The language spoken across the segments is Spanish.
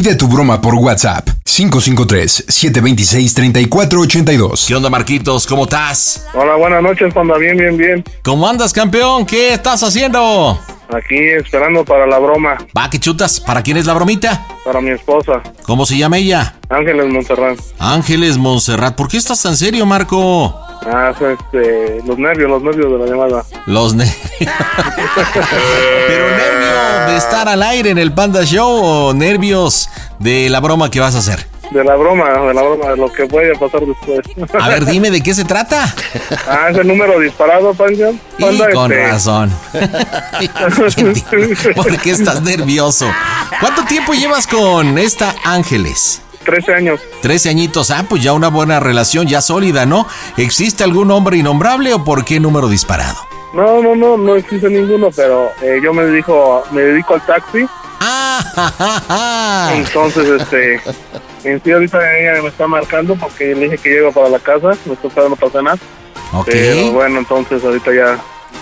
Pide tu broma por WhatsApp 553-726-3482. ¿Qué onda, Marquitos? ¿Cómo estás? Hola, buenas noches, Panda. Bien, bien, bien. ¿Cómo andas, campeón? ¿Qué estás haciendo? Aquí esperando para la broma, Va, que chutas. ¿Para quién es la bromita? para mi esposa, ¿Cómo se llama ella? Ángeles Monterrán. Ángeles Monserrat. ¿Por qué estás tan serio, Marco? Ah, es, este, los nervios, los nervios de la llamada. Los nervios. ¿Pero nervio de estar al aire en el Panda Show o nervios de la broma que vas a hacer? De la broma, de la broma, de lo que puede pasar después. A ver, dime de qué se trata. ah, es el número disparado, Panda. Y Panda, con este, razón. ¿Por qué estás nervioso? ¿Cuánto tiempo llevas con esta Ángeles? 13 años. 13 añitos, ah, pues ya una buena relación, ya sólida, ¿no? ¿Existe algún hombre innombrable o por qué número disparado? No, no, no, no existe ninguno, pero eh, yo me dedico, me dedico al taxi. Ah, ja, ja, ja. Entonces, este, en sí ahorita ella me está marcando porque le dije que llego para la casa, me está esperando para cenar. Ok. Pero bueno, entonces ahorita ya,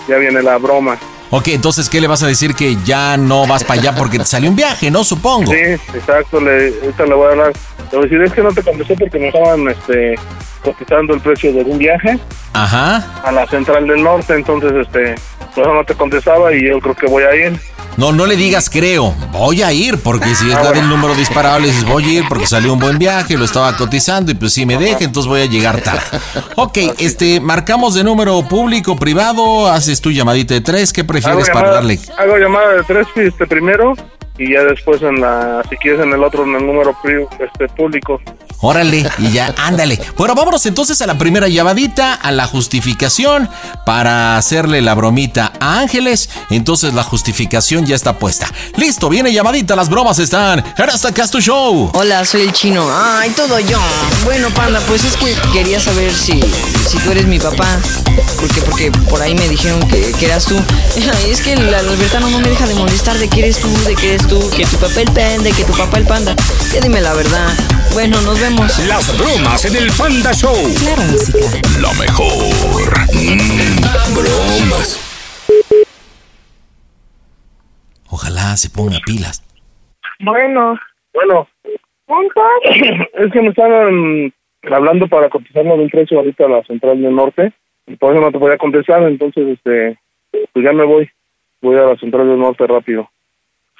ya viene la broma. Ok, entonces, ¿qué le vas a decir que ya no vas para allá porque te salió un viaje, no? Supongo. Sí, exacto, le, ahorita le voy a hablar. Le voy a decir, es que no te contesté porque me estaban este, cotizando el precio de un viaje Ajá. a la central del norte, entonces este, por eso no te contestaba y yo creo que voy a ir. No, no le digas creo. Voy a ir, porque si es la del número disparado, le dices voy a ir porque salió un buen viaje, lo estaba cotizando y pues si me deja, entonces voy a llegar tarde. Ok, este, marcamos de número público, privado, haces tu llamadita de tres, ¿qué prefieres para llamada, darle? hago llamada de tres este, primero y ya después en la, si quieres en el otro, en el número pri- este, público. Órale, y ya, ándale. Bueno, vámonos entonces a la primera llamadita, a la justificación, para hacerle la bromita a Ángeles. Entonces la justificación ya está puesta. Listo, viene llamadita, las bromas están. Ahora está tu Show. Hola, soy el chino. Ay, todo yo. Bueno, panda, pues es que quería saber si, si tú eres mi papá. Porque, porque por ahí me dijeron que, que eras tú. Ay, es que el albertano no me deja de molestar de que eres tú, de que eres tú, que tu papá el pende, que tu papá el panda. Ya dime la verdad. Bueno, nos vemos. Las bromas en el Panda Show. Claro, música. Lo mejor. Mm, bromas. Ojalá se ponga pilas. Bueno, Bueno, entonces, es que me estaban hablando para cotizarlo del precio ahorita a la central del norte y por eso no te podía contestar, entonces este, pues ya me voy. Voy a la central del norte rápido.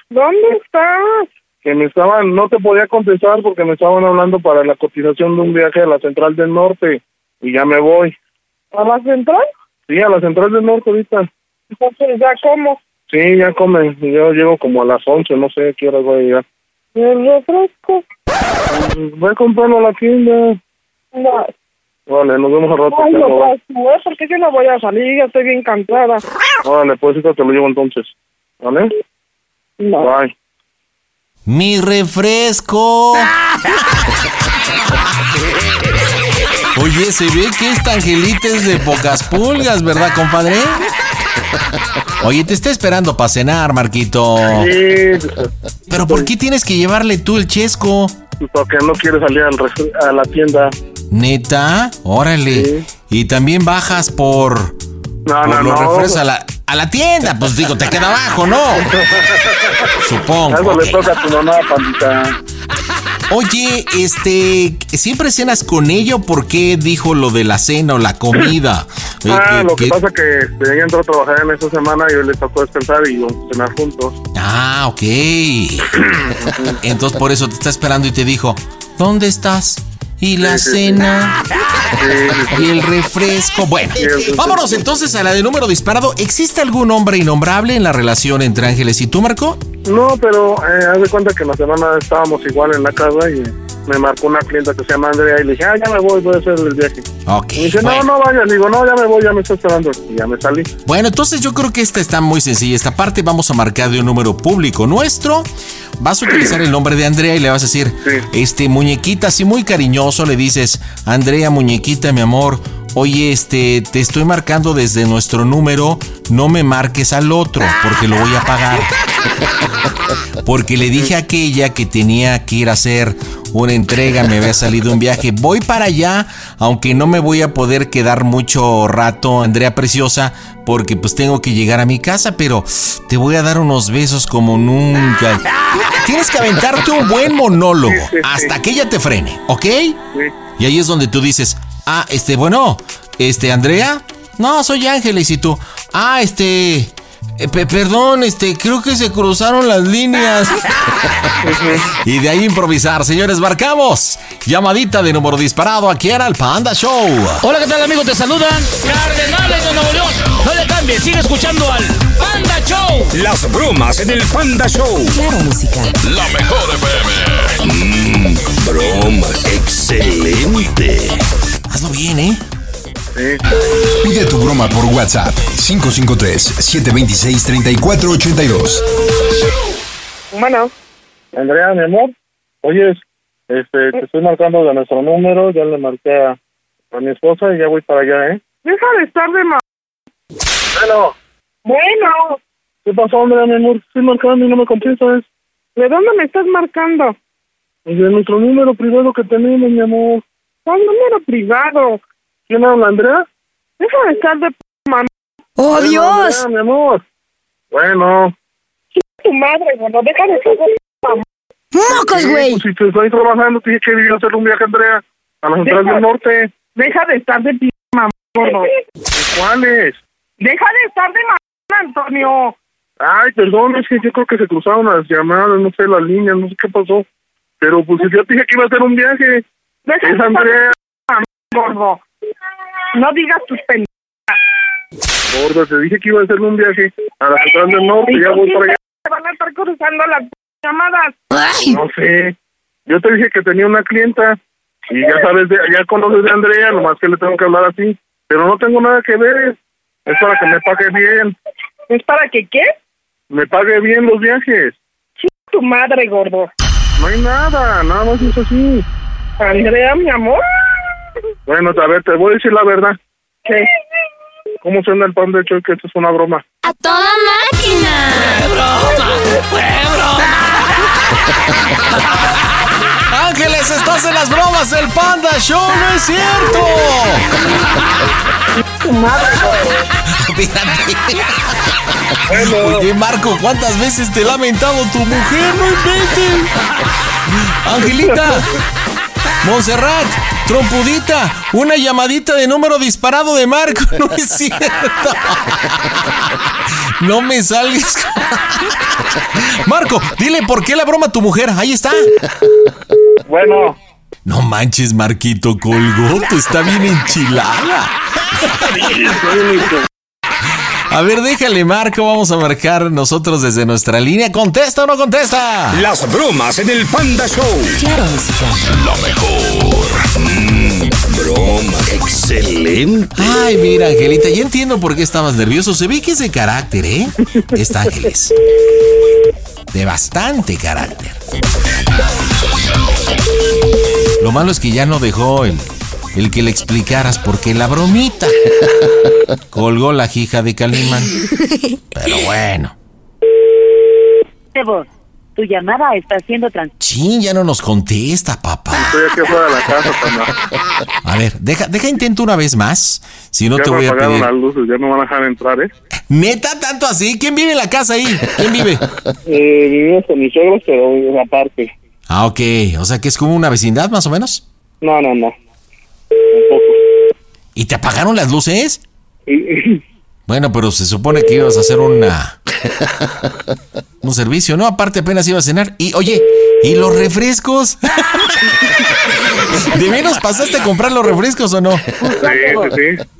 ¿dónde estás? que me estaban, no te podía contestar porque me estaban hablando para la cotización de un viaje a la Central del Norte y ya me voy. ¿A la central? Sí, a la Central del Norte ahorita. Entonces, ¿ya cómo? Sí, ya comen. Yo llego como a las 11, no sé a qué hora voy a llegar. ¿El refresco? Pues Voy a comprarlo a la tienda. No. Vale, nos vemos al rato. Ay, te no, lo- pues, no, porque yo no voy a salir, ya estoy bien cansada. Órale, pues ahorita te lo llevo entonces. ¿Vale? No. Bye. Mi refresco. Oye, se ve que esta angelita es de pocas pulgas, ¿verdad, compadre? Oye, te está esperando para cenar, Marquito. Oh. Sí, Pero ¿por qué tienes que llevarle tú el chesco? porque no quiere salir al refri- a la tienda. Neta, órale. Y también bajas por, No, por no, los no. refrescos a la, a la tienda. Pues digo, te queda abajo, ¿no? Supongo. Algo le ok. toca a tu mamá, pandita. Oye, este, ¿siempre cenas con ella o por qué dijo lo de la cena o la comida? Eh, Ah, que- lo que que- pasa que este, ella entró a trabajar en esta semana y yo le tocó descansar y vamos a cenar juntos. Ah, ok. Entonces por eso te está esperando y te dijo, ¿dónde estás? Y la Sí, sí, sí. cena Sí, y el refresco. Bueno, Sí, sí, sí. vámonos entonces a la de número disparado. ¿Existe algún hombre innombrable en la relación entre Ángeles y tú, Marco? No, pero eh, haz de cuenta que en la semana estábamos igual en la casa y me marcó una clienta que se llama Andrea y le dije, ah, ya me voy, voy a hacer el viaje. Ok. Y me dice, bueno. no, no vayas. Le digo, no, ya me voy, ya me está esperando. Y ya me salí. Bueno, entonces yo creo que esta está muy sencilla. Esta parte vamos a marcar de un número público nuestro. Vas a utilizar el nombre de Andrea y le vas a decir, Sí. este, muñequita, así muy cariñoso, le dices, Andrea, muñequita, mi amor, oye, este, te estoy marcando desde nuestro número, no me marques al otro, porque lo voy a pagar. Porque le dije a aquella que tenía que ir a hacer una entrega, me había salido un viaje. Voy para allá, aunque no me voy a poder quedar mucho rato, Andrea Preciosa, porque pues tengo que llegar a mi casa, pero te voy a dar unos besos como nunca. Tienes que aventarte un buen monólogo hasta que ella te frene, ¿ok? Sí. Y ahí es donde tú dices, ah, este, bueno, este, Andrea, no, soy Ángeles y tú, ah, este, eh, pe- perdón, este, creo que se cruzaron las líneas. y de ahí improvisar, señores, marcamos. Llamadita de número disparado aquí era el Panda Show. Hola, ¿qué tal, amigos? Te saludan Cardenales de Nuevo León. No le cambies, sigue escuchando al Panda Show. Las bromas en el Panda Show. Claro, música. La mejor FM. Mmm, bromas. Excelente. Hazlo bien, ¿eh? Pide tu broma por WhatsApp 553-726-3482. Bueno, Andrea, mi amor, oye, este, te estoy marcando de nuestro número, ya le marqué a, a mi esposa y ya voy para allá, ¿eh? deja de estar de ma... Bueno, Bueno, ¿qué pasó, Andrea, mi amor? Estoy marcando y no me contestas. ¿de dónde me estás marcando? Es de nuestro número privado que tenemos, mi amor. Con número privado. ¿Quién habla, Andrea? Deja de estar de p... mamá. ¡Oh, Bueno, Dios! Andrea, mi amor. Bueno. Tu madre, bueno, deja de estar de p... mamá. ¡Mocos, Sí, güey! pues, si te estoy trabajando, tienes que ir a hacer un viaje, Andrea, a las entradas del norte. Deja de estar de p... mamá, gordo. ¿Cuál es? Deja de estar de mamá, Antonio. Ay, perdón, es que yo creo que se cruzaron las llamadas, no sé, las líneas, no sé qué pasó. Pero pues yo te dije que iba a hacer un viaje. Deja de Es estar de Andrea. p... gordo. No digas tus pen... Gordo, te dije que iba a hacer un viaje a la central del norte, ¿Y ya por voy qué para allá. se van a estar cruzando las p- llamadas? ¡Ay! No sé. Yo te dije que tenía una clienta y ya sabes, de- ya conoces de Andrea, nomás que le tengo que hablar así. Pero no tengo nada que ver. Es para que me pague bien. ¿Es para que qué? Me pague bien los viajes. Tu madre, gordo. No hay nada, nada más es así. Andrea, mi amor. Bueno, a ver, te voy a decir la verdad. ¿Qué? ¿Cómo suena el pan de choque? Que esto es una broma. ¡A toda máquina! Ángeles, estás en las bromas del Panda Show, no es cierto. Fíjate. Oye, Marco, ¿cuántas veces te ha lamentado tu mujer? No inventes. Angelita, Montserrat, trompudita, una llamadita de número disparado de Marco, no es cierto. No me salgas. Marco, dile por qué la broma a tu mujer. Ahí está. Bueno, No manches, Marquito, colgó. Tú está bien enchilada. A ver, déjale, Marco. Vamos a marcar nosotros desde nuestra línea. ¿Contesta o no contesta? Las bromas en el Panda Show. Claro, música. Lo mejor. Mm, broma. Excelente. Ay, mira, Angelita, ya entiendo por qué estabas nervioso. Se ve que es de carácter, ¿eh? Esta Ángeles. De bastante carácter. Lo malo es que ya no dejó el, el que le explicaras por qué la bromita. Colgó la jija de Calimán. Pero bueno. De voz. Tu llamada está siendo trans... Chin, ya no nos contesta, papá. Estoy aquí fuera de la casa, Panda. A ver, deja, deja intento una vez más. Si no ya te me voy a apagaron pedir. las luces, ya no van a dejar entrar, ¿eh? Neta, tanto así. ¿Quién vive en la casa ahí? ¿Quién vive? eh vivimos con mis suegros, pero aparte. Ah, ok. O sea que es como una vecindad, más o menos. No, no, no. ¿Y te apagaron las luces? Y- Bueno, pero se supone que ibas a hacer una. Un servicio, ¿no? Aparte, apenas iba a cenar. Y, oye, ¿y los refrescos? ¿De menos pasaste a comprar los refrescos o no?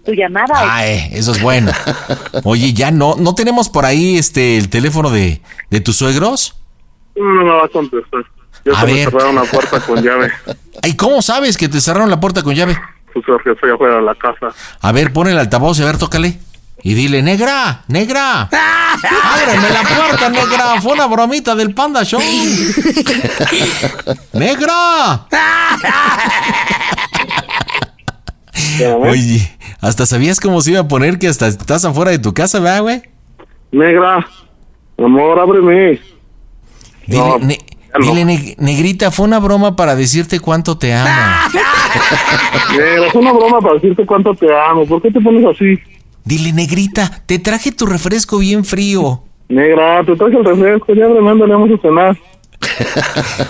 Tu llamada Ay, eso es bueno. Oye, ya no. ¿No tenemos por ahí este el teléfono de, de tus suegros? No me va a contestar. Ya A se me ver. cerraron la puerta con llave. Ay, ¿cómo sabes que te cerraron la puerta con llave? Pues porque estoy afuera de la casa. A ver, pon el altavoz y a ver, tócale. Y dile, negra, negra. Ábreme la puerta, negra. Fue una bromita del Panda Show. ¡Negra! Oye, hasta sabías cómo se iba a poner que hasta estás afuera de tu casa, ¿verdad, güey? Negra, amor, ábreme. Dile, No, ne- ya no. dile, neg- negrita, fue una broma para decirte cuánto te amo. Negra, es una broma para decirte cuánto te amo. ¿Por qué te pones así? Dile, negrita, te traje tu refresco bien frío. Negra, te traje el refresco. Ya, ábreme, ándale, vamos a cenar.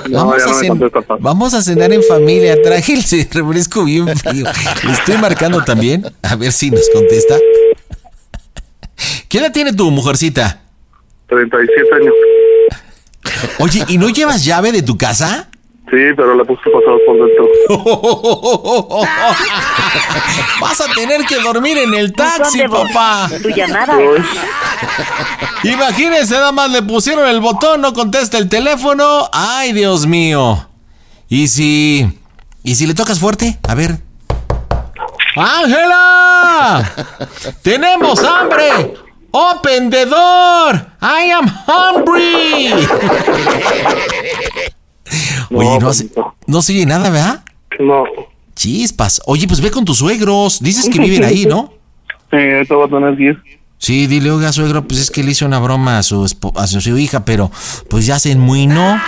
No, Vamos, ya a no me cen- contesta, pa. vamos a cenar en familia. Traje el ce- refresco bien frío. Le estoy marcando también. A ver si nos contesta. ¿Qué edad tiene tu mujercita? 37 años. Oye, ¿y no llevas llave de tu casa? Sí, pero le puse pasados por dentro. Vas a tener que dormir en el taxi, de voz. papá. Tu llamada Uy, Imagínense, nada más le pusieron el botón, no contesta el teléfono. Ay, Dios mío. ¿Y si. ¿Y si le tocas fuerte? A ver. ¡Ángela! ¡Tenemos hambre! ¡Open the door! ¡I am hungry! Oye, no se, no se oye nada, ¿verdad? No. Chispas. Oye, pues ve con tus suegros. Dices que viven ahí, ¿no? Sí, ahorita voy a tener 10. Sí, dile, oiga, suegro, pues es que le hice una broma a su, espo- a su, su hija, pero pues ya se enmuinó.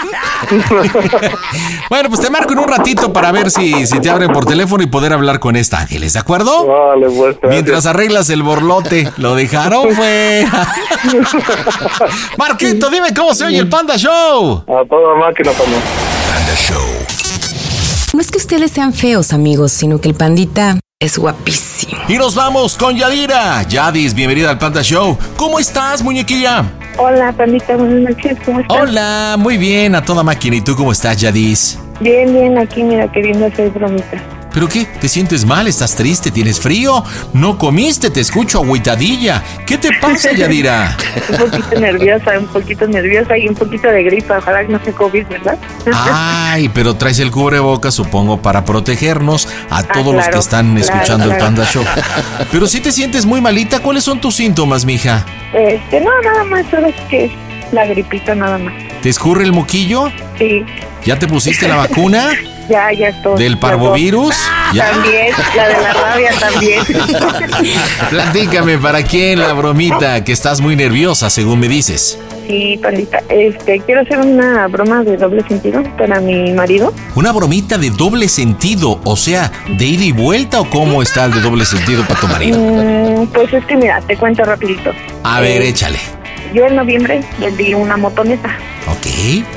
bueno, pues te marco en un ratito para ver si, si te abren por teléfono y poder hablar con esta Ángeles, ¿de acuerdo? Vale, pues. gracias. Mientras arreglas el borlote, lo dejaron fuera. pues. Marquito, dime cómo se oye el Panda Show. A toda máquina, Panda. No es que ustedes sean feos, amigos, sino que el pandita es guapísimo. Y nos vamos con Yadira. Yadis, bienvenida al Panda Show. ¿Cómo estás, muñequilla? Hola, pandita, buenas noches, ¿cómo estás? Hola, muy bien, a toda máquina. ¿Y tú cómo estás, Yadis? Bien, bien, aquí, mira, queriendo hacer bromitas. ¿Pero qué? ¿Te sientes mal? ¿Estás triste? ¿Tienes frío? ¿No comiste? Te escucho agüitadilla. ¿Qué te pasa, Yadira? Un poquito nerviosa, un poquito nerviosa y un poquito de gripa, ojalá que no sea COVID, ¿verdad? Ay, pero traes el cubrebocas, supongo, para protegernos a todos los que Ah, claro, están claro, escuchando el claro. Panda Show. Pero si te sientes muy malita, ¿cuáles son tus síntomas, mija? Este, no, nada más, sabes que es la gripita nada más. ¿Te escurre el moquillo? Sí, ¿Ya te pusiste la vacuna ya, ya estoy. del las parvovirus? dos. ¿Ya? También, la de la rabia también. Platícame, ¿para quién la bromita? Que estás muy nerviosa, según me dices. sí, pandita, este, quiero hacer una broma de doble sentido para mi marido. ¿Una bromita de doble sentido? O sea, ¿de ida y vuelta o cómo está el de doble sentido para tu marido? Mm, pues es que mira, te cuento rapidito. A ver, Eh, échale. Yo en noviembre vendí una motoneta. Ok,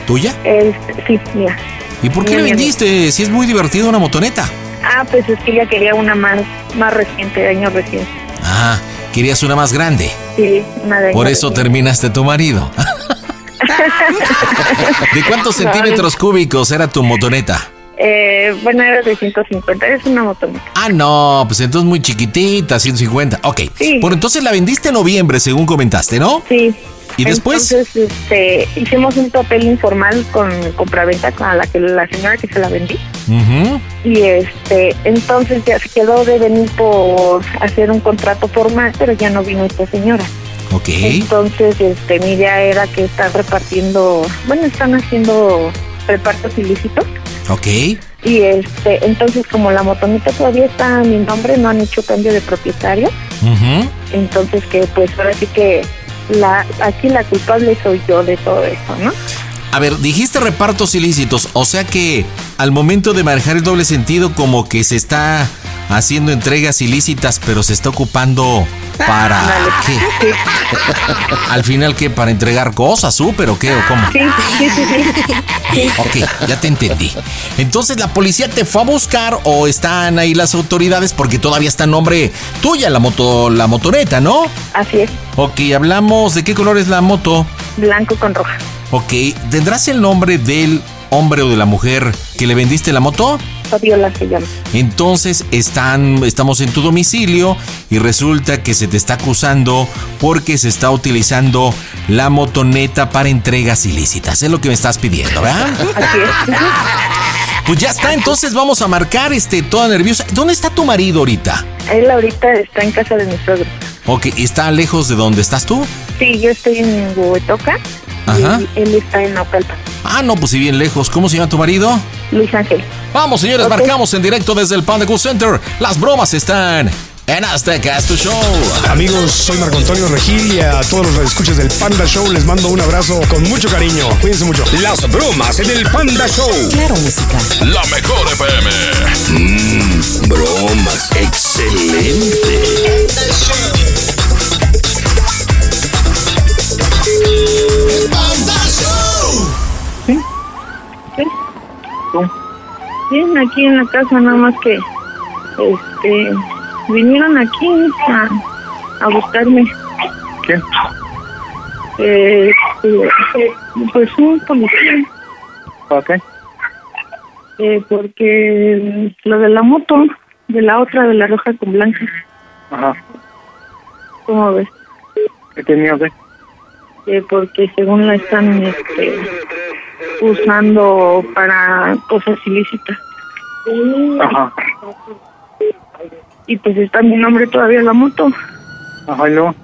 ¿tuya? Este, sí, mira. ¿Y por qué Mía, le mía, vendiste? Si es muy divertido una motoneta. Ah, pues es que ella quería una más, más reciente, de año reciente. Ah, querías una más grande. Sí, una de año Por eso reciente. terminaste tu marido. ¿De cuántos No, centímetros cúbicos era tu motoneta? Eh, bueno, era de 150, es una motometa. Ah, no, pues entonces muy chiquitita, 150. Ok. Bueno, entonces la vendiste en noviembre, según comentaste, ¿no? Sí. ¿Y después? Entonces, este, hicimos un papel informal con compraventa con la, que, la señora que se la vendí. Ujú. Y este, entonces ya se quedó de venir por hacer un contrato formal, pero ya no vino esta señora. Ok. Entonces, este, mi idea era que están repartiendo, bueno, están haciendo repartos ilícitos. Ok. Y este, entonces como la motoneta todavía está a mi nombre, no han hecho cambio de propietario, Ujú. entonces que pues ahora sí que la aquí la culpable soy yo de todo esto, ¿no? A ver, dijiste repartos ilícitos, o sea que al momento de manejar el doble sentido como que se está haciendo entregas ilícitas, pero se está ocupando para ¿qué? Al final qué, para entregar cosas, súper o qué o cómo? Sí, sí, sí, sí. sí. Ok, ya te entendí. Entonces la policía te fue a buscar o están ahí las autoridades porque todavía está en nombre tuya la moto, la motoneta, ¿no? Así es, Ok, hablamos de qué color es la moto. blanco con roja. Ok, ¿tendrás el nombre del hombre o de la mujer que le vendiste la moto? Fabiola se llama. Entonces están, estamos en tu domicilio y resulta que se te está acusando porque se está utilizando la motoneta para entregas ilícitas. Es lo que me estás pidiendo, ¿verdad? Así es. Pues ya está, entonces vamos a marcar este toda nerviosa. ¿Dónde está tu marido ahorita? Él ahorita está en casa de mi suegro. Ok, ¿está lejos de donde estás tú? Sí, yo estoy en Huetoca Ajá. y él está en Ocalpa. Ah, no, pues sí, bien lejos. ¿Cómo se llama tu marido? Luis Ángel. Vamos, señores, marcamos en directo desde el Panda Cool Center. Las bromas están en Azteca, es tu show. Amigos, soy Marco Antonio Regil y a todos los escuchas del Panda Show les mando un abrazo con mucho cariño. Cuídense mucho. Las bromas en el Panda Show. Claro, música. La mejor FM. Mmm, bromas. Excelente. Bien, aquí en la casa, nada más que este, vinieron aquí a, a buscarme. ¿Quién? Eh, este, pues un policía, ¿Para qué? eh, porque lo de la moto, de la otra, de la roja con blanca, Ajá. ¿cómo ves? ¿Qué tenía qué? Eh, porque según la están este, usando para cosas ilícitas. Ajá. Y pues está mi nombre todavía en la moto. Ajá, ¿y luego?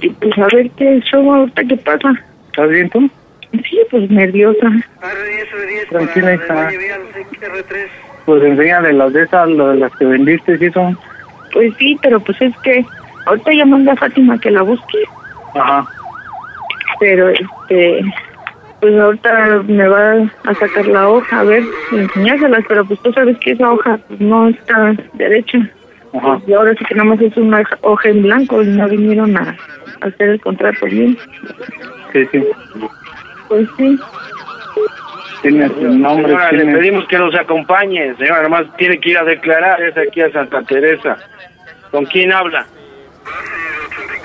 Y pues a ver qué show ahorita qué pasa. ¿Estás bien tú? Sí, pues nerviosa. Tranquila, hija. Pues enséñale las de esas, lo de las que vendiste y eso. Pues sí, pero pues es que ahorita ya mandé a Fátima que la busque, Ajá. pero este, pues ahorita me va a sacar la hoja, a ver, enseñárselas, pero pues tú sabes que esa hoja pues, no está derecha. Ajá. Y ahora sí que nada más es una hoja en blanco y no vinieron a, a hacer el contrato bien. Sí, sí. Pues sí, Tiene el nombre. Señora, le tiene- pedimos que nos acompañe. Señora, nomás tiene que ir a declarar. Es aquí a Santa Teresa. ¿Con quién habla?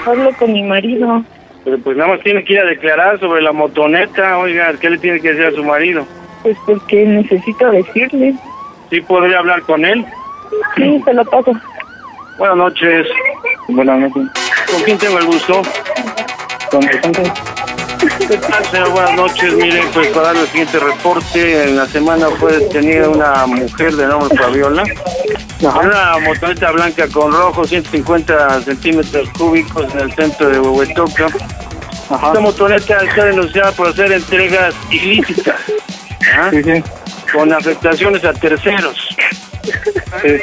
hablo con mi marido. Pero pues nada más tiene que ir a declarar sobre la motoneta. Oiga, ¿qué le tiene que decir a su marido? Pues porque necesito decirle. ¿Sí podría hablar con él? Sí, se lo paso. Buenas noches. Buenas noches. ¿Con quién tengo el gusto? Con el santo. ¿Qué tal, señor? Buenas noches. Mire, pues para darle el siguiente reporte, en la semana fue detenida una mujer de nombre Fabiola. con Una motoneta blanca con rojo, 150 centímetros cúbicos en el centro de Huehuetoca. Esta motoneta está denunciada por hacer entregas ilícitas. ¿ah? Con afectaciones a terceros. Eh,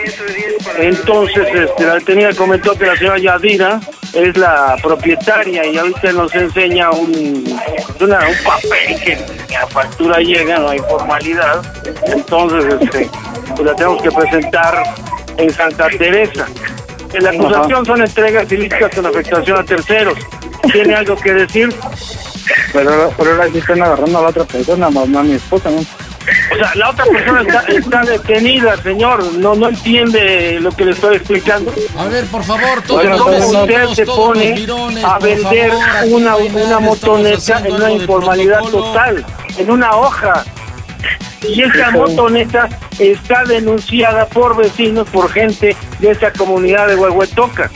Entonces, este, la detenida comentó que la señora Yadira es la propietaria y ahorita nos enseña un, una- un papel que a factura llega, no hay formalidad. Entonces, este, pues la tenemos que presentar en Santa Teresa. La acusación son entregas ilícitas con afectación a terceros. ¿Tiene algo que decir? Pero, pero ahora sí están agarrando a la otra persona, más no a mi esposa, ¿no? O sea, la otra persona está, está detenida, señor. No, no entiende lo que le estoy explicando. A ver, por favor, todo usted se pone a vender una, una motoneta en una informalidad total, en una hoja. Y esta motoneta está denunciada por vecinos, por gente de esa comunidad de Huehuetoca.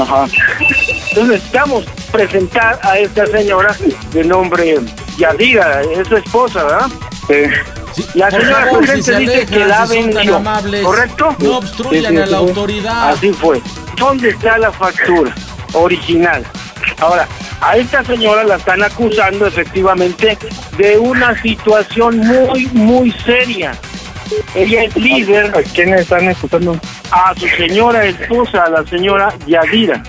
Entonces necesitamos presentar a esta señora de nombre Yadira, es su esposa, ¿verdad? La Por señora favor, Corriente si se dice alejan, que la si son tan vendió, amables, ¿correcto? no obstruyan a la autoridad. Así fue. ¿Dónde está la factura original? Ahora, a esta señora la están acusando efectivamente de una situación muy, muy seria. Ella es líder. ¿A quién están acusando? A su señora esposa, a la señora Yadira.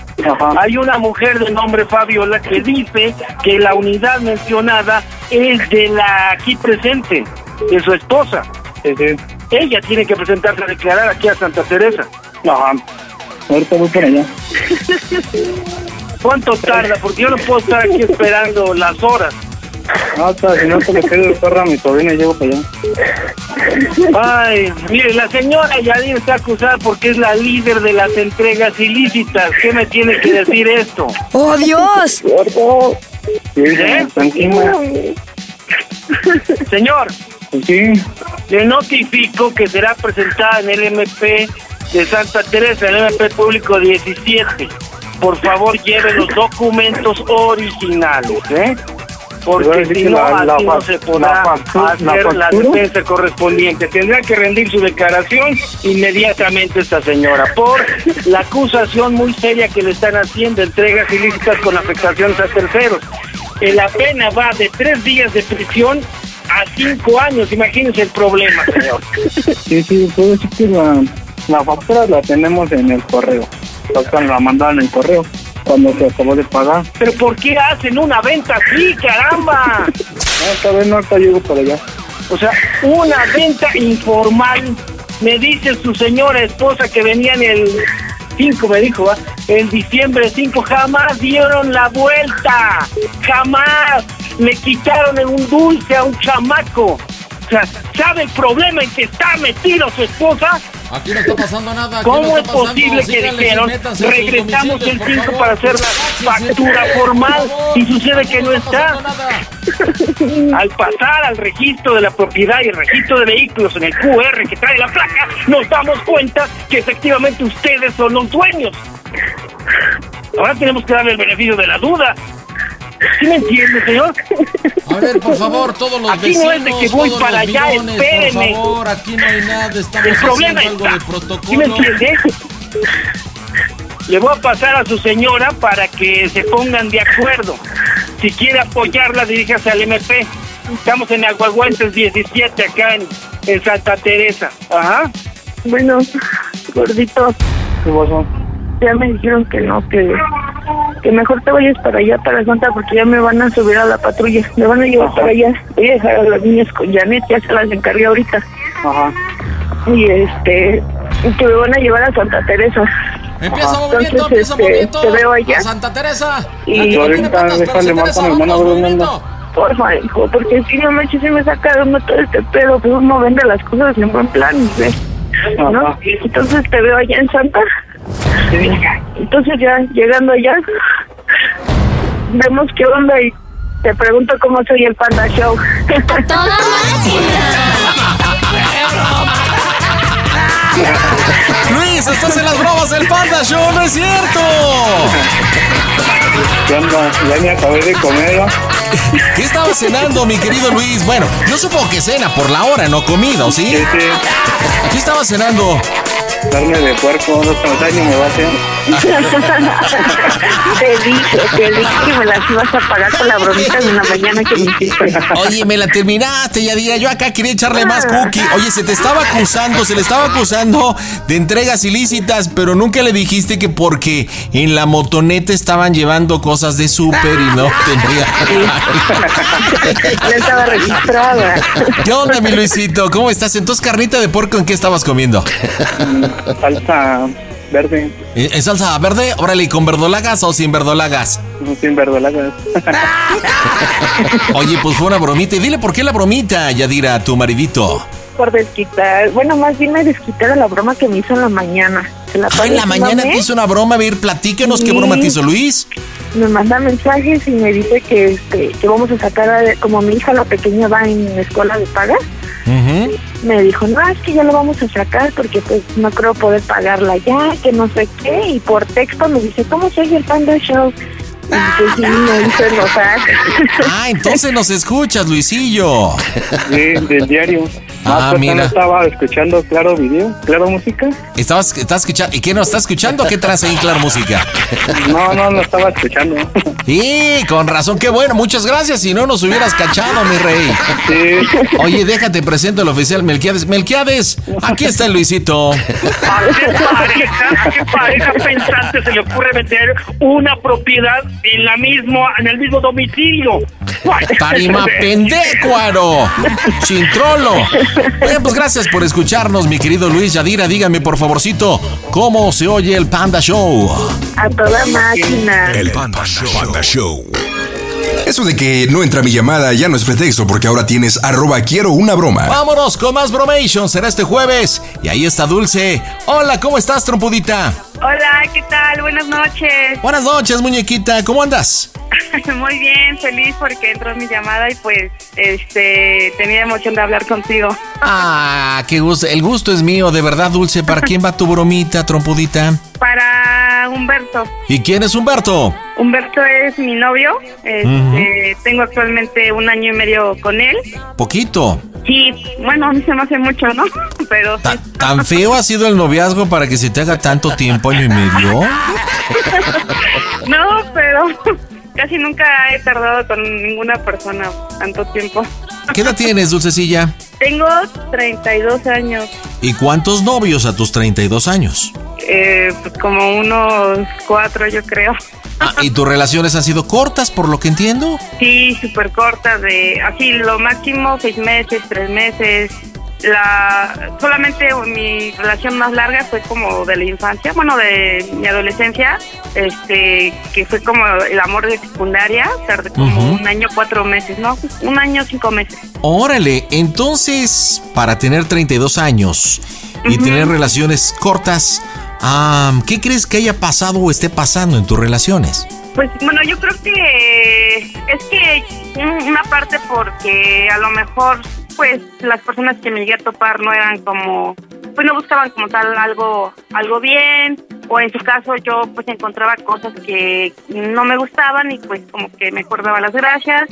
Hay una mujer de nombre Fabiola que dice que la unidad mencionada es de la aquí presente, de su esposa. Ella tiene que presentarse a declarar aquí a Santa Teresa. Ahorita voy por allá. ¿Cuánto tarda? Porque yo no puedo estar aquí esperando las horas. No, o sea, Ah, si no se le queda el perro a mi sobrina, llego para allá. Ay, mire, la señora Yadir está acusada porque es la líder de las entregas ilícitas. ¿Qué me tiene que decir esto? ¡Oh, Dios! ¿Eh? Señor, le notifico que será presentada en el MP de Santa Teresa, en el MP Público 17. Por favor, lleve los documentos originales, ¿eh? Pero Porque es si Pues que no, la- la así no fac- se podrá la factu- la hacer la factura. defensa correspondiente. Tendrá que rendir su declaración inmediatamente esta señora por la acusación muy seria que le están haciendo, entregas ilícitas con afectaciones a terceros. Eh, La pena va de tres días de prisión a cinco años. Imagínense el problema, señor. Sí, sí, puedo decir que la, la factura la tenemos en el correo. O sea, la mandaron en el correo cuando se acabó de pagar. Pero ¿por qué hacen una venta así, caramba? No, esta vez no, ahorita llego para allá. O sea, una venta informal. Me dice su señora esposa que venían el 5, me dijo, ¿va? en diciembre 5, jamás dieron la vuelta. Jamás. Le quitaron en un dulce a un chamaco. O sea, ¿sabe el problema en que está metido su esposa? Aquí no está pasando nada. aquí ¿Cómo no está es pasando? posible que Síganle, dijeron métanse a sus regresamos el domicilios, por 5 favor"? para hacer la factura formal y sucede que no está? Al pasar al registro de la propiedad y el registro de vehículos en el QR que trae la placa, nos damos cuenta que efectivamente ustedes son los dueños. Ahora tenemos que darle el beneficio de la duda. ¿Sí me entiende, señor? A ver, por favor, todos los Aquí no es de que vecinos, voy todos para los allá, bidones, espérenme. Por favor, aquí no hay nada, estamos El problema haciendo está. algo de protocolo. ¿Sí me entiende? Le voy a pasar a su señora para que se pongan de acuerdo. Si quiere apoyarla, diríjase al MP. Estamos en Aguaguantes 17, acá en, en Santa Teresa. Ajá. Bueno, gordito. ¿Qué pasó? Ya me dijeron que no, que, que mejor te vayas para allá, para Santa, porque ya me van a subir a la patrulla. Me van a llevar para allá. Voy a dejar a las niñas con Janet, ya se las encargué ahorita. Ajá. Y este, y que me van a llevar a Santa Teresa. Empieza movimiento, Entonces, empieza este, movimiento. Te veo allá. A Santa Teresa. Y- Aquí no tiene patas, pero sí levanto Teresa, a mi hermana vamos, Brunilda. Porfa, hijo, porque si no manches, se me saca de uno todo este pedo, que uno vende las cosas en buen plan, ¿ves? ¿no? Entonces te veo allá en Santa. Entonces ya, llegando allá, vemos qué onda y te pregunto cómo soy el Panda Show. Luis, estás en las bromas del Panda Show, no es cierto. ¿Qué onda? Ya me acabé de comer. ¿no? ¿Qué estaba cenando, mi querido Luis? Bueno, yo supongo que cena por la hora, no comida, ¿o sí? ¿Qué estaba cenando? Carne de puerco, dos años me va a hacer. te dije, te dije que me las ibas a pagar con la bromita de la mañana que me hiciste. Oye, me la terminaste, ya diría. Yo acá quería echarle más Ah. cookie. Oye, se te estaba acusando, se le estaba acusando de entregas ilícitas, pero nunca le dijiste que porque en la motoneta estaban llevando cosas de súper y no tenía. Ya estaba registrada. ¿Qué onda, mi Luisito? ¿Cómo estás? Entonces, carnita de puerco, ¿en qué estabas comiendo? Salsa verde, ¿En en salsa verde? Órale, ¿con verdolagas o sin verdolagas? sin verdolagas. Oye, pues fue una bromita. Y dile por qué la bromita, Yadira, a tu maridito. Por desquitar, bueno, más bien me desquitaron la broma que me hizo en la mañana. la Ah, en la mañana te ¿eh? hizo una broma, a ver, platícanos qué Sí. broma te hizo Luis. me manda mensajes y me dice que este, que vamos a sacar a- como mi hija la pequeña va en escuela de paga ¿Eh? me dijo no es que ya lo vamos a sacar porque pues no creo poder pagarla ya que no sé qué y por texto me dice cómo soy el panda show y que sí me hizo enojar Ah, entonces nos escuchas, Luisillo. Sí, del diario. Ah, pues, no mira. estaba escuchando Claro Video, Claro Música. Estabas, estás escuchando, ¿y qué no estás escuchando? ¿Qué traes ahí en Claro Música? No, no, no estaba escuchando. Y con razón, qué bueno, muchas gracias, si no nos hubieras cachado, mi rey. Oye, déjate presento al oficial Melquiades. Melquiades, aquí está el Luisito. ¿A qué pareja, qué pareja pensante se le ocurre meter una propiedad en la mismo, en el mismo domicilio? Tarima pendecuaro, chintrolo. Oye, pues gracias por escucharnos, mi querido Luis Yadira. Dígame, por favorcito, ¿cómo se oye el Panda Show? a toda máquina El Panda Show. Eso de que no entra mi llamada ya no es pretexto porque ahora tienes arroba quiero una broma. Vámonos con más Bromation, será este jueves. Y ahí está Dulce. Hola, ¿cómo estás, trompudita? Hola, ¿qué tal? Buenas noches. Buenas noches, muñequita. ¿Cómo andas? Muy bien, feliz porque entró mi llamada y pues este tenía emoción de hablar contigo. Ah, qué gusto. El gusto es mío, de verdad, Dulce. ¿Para quién va tu bromita, trompudita? Para Humberto. ¿Y quién es Humberto? Humberto es mi novio. Este, Ujú. Tengo actualmente un año y medio con él. Poquito. Sí, bueno, no se me hace mucho, ¿no? Pero sí. ¿Tan feo ha sido el noviazgo para que se te haga tanto tiempo, año y medio? no, pero casi nunca he tardado con ninguna persona tanto tiempo. ¿Qué edad tienes, Dulcecilla? Tengo 32 años. ¿Y cuántos novios a tus 32 años? Eh, pues como unos cuatro, yo creo. Ah, ¿Y tus relaciones han sido cortas, por lo que entiendo? Sí, súper cortas, de así lo máximo seis meses, tres meses. La solamente mi relación más larga fue como de la infancia, bueno de mi adolescencia, este que fue como el amor de secundaria, tardé como Ujú. un año cuatro meses, no, un año cinco meses. Órale, entonces, para tener 32 años y tener relaciones cortas, ah, ¿qué crees que haya pasado o esté pasando en tus relaciones? Pues bueno, yo creo que es que un- una parte porque a lo mejor pues las personas que me llegué a topar no eran como pues no buscaban como tal algo algo bien o en su caso yo pues encontraba cosas que no me gustaban y pues como que mejor daba las gracias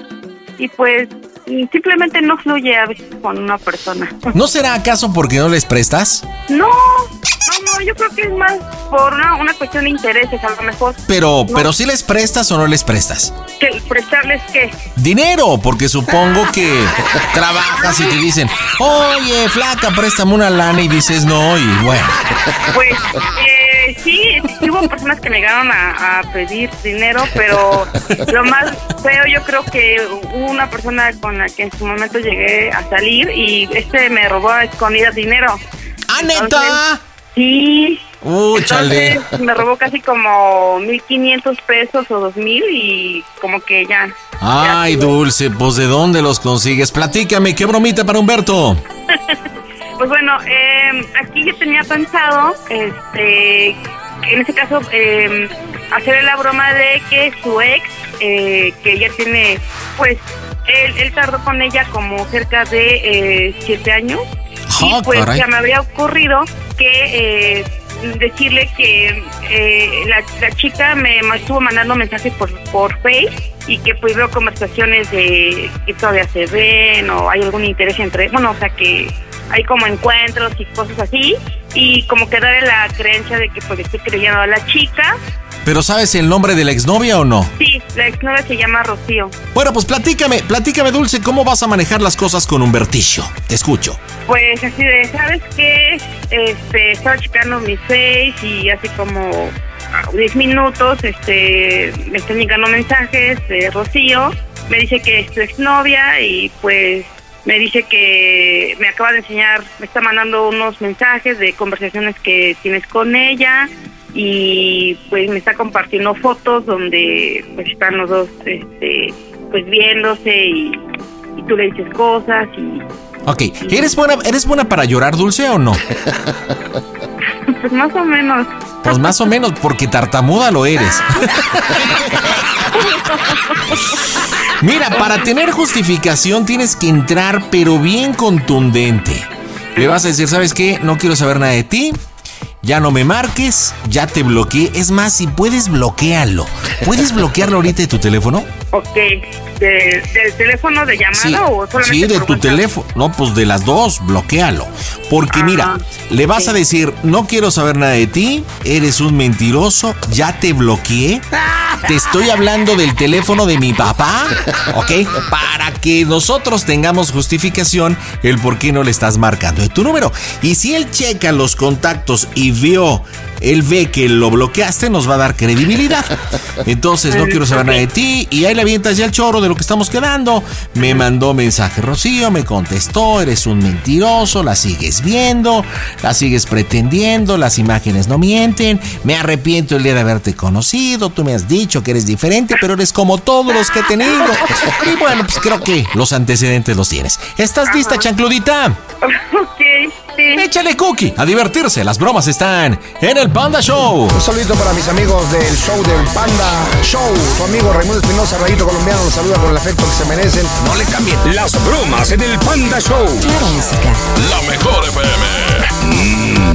y pues simplemente no fluye a veces con una persona. ¿No será acaso porque no les prestas? No, no, no, yo creo que es más por una, una cuestión de intereses a lo mejor. Pero, No, pero si les prestas o no les prestas. que prestarles que Dinero, porque supongo que trabajas y te dicen, oye, flaca, préstame una lana y dices no, y bueno. Pues eh, sí, sí hubo personas que me llegaron a, a pedir dinero, pero lo más feo yo creo que hubo una persona con la que en su momento llegué a salir y este me robó a escondidas dinero. ¡Ah, neta! Sí. Uh, chale. Entonces, me robó casi como 1.500 pesos o 2.000 y como que ya. Ay, Dulce, pues ¿de dónde los consigues? Platícame, ¿qué bromita para Humberto? Pues bueno, eh, aquí yo tenía pensado, este, en este caso, eh, hacerle la broma de que su ex, eh, que ella tiene, pues, él, él tardó con ella como cerca de eh, siete años. Ah, y pues caray. ya me habría ocurrido que eh, decirle que eh, la, la chica me ma- estuvo mandando mensajes por, por Face y que pues veo conversaciones de que todavía se ven o hay algún interés entre, bueno, o sea que hay como encuentros y cosas así y como que darle la creencia de que pues le estoy creyendo a la chica. ¿Pero sabes el nombre de la exnovia o no? Sí, la exnovia se llama Rocío. Bueno, pues platícame, platícame, Dulce, ¿cómo vas a manejar las cosas con Humbertillo? Te escucho. Pues así de, ¿sabes qué? Este, estaba checando mi face y hace como 10 minutos este, me están llegando mensajes de Rocío. Me dice que es tu exnovia y pues me dice que me acaba de enseñar, me está mandando unos mensajes de conversaciones que tienes con ella y pues me está compartiendo fotos donde pues están los dos este, pues viéndose y, y tú le dices cosas y Ok, ¿eres buena, ¿eres buena para llorar, Dulce, o no? Pues más o menos. Pues más o menos, porque tartamuda lo eres. Mira, para tener justificación tienes que entrar, pero bien contundente. Le vas a decir, ¿sabes qué? No quiero saber nada de ti. Ya no me marques, ya te bloqueé. Es más, si puedes, bloquearlo. ¿Puedes bloquearlo ahorita de tu teléfono? Ok. ¿De- ¿Del teléfono de llamada Sí, o solamente sí, de por tu WhatsApp? teléfono. No, pues de las dos, bloquealo. Porque mira, le vas a decir, no quiero saber nada de ti, eres un mentiroso, ya te bloqueé. Te estoy hablando del teléfono de mi papá, ¿ok? Para que nosotros tengamos justificación el por qué no le estás marcando de tu número. Y si él checa los contactos y vio, él ve que lo bloqueaste, nos va a dar credibilidad. Entonces, no quiero saber nada de ti. Y ahí le avientas ya el choro de lo que estamos quedando. Me mandó mensaje Rocío, me contestó, eres un mentiroso, la sigues viendo, la sigues pretendiendo, las imágenes no mienten, me arrepiento el día de haberte conocido, tú me has dicho que eres diferente, pero eres como todos los que he tenido. Y bueno, pues creo que los antecedentes los tienes. ¿Estás lista, chancludita? Ok, sí. Échale cookie. A divertirse, las bromas están en el Panda Show. Un saludito para mis amigos del show del Panda Show. Tu amigo Raimundo Espinosa, Rayito Colombiano, los saluda con el afecto que se merecen. No le cambien. Las bromas en el Panda Show. Claro, música. La mejor Mm,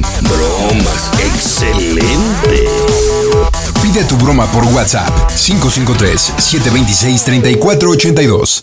FM. bromas. Excelente. Pide tu broma por WhatsApp 553-726-3482.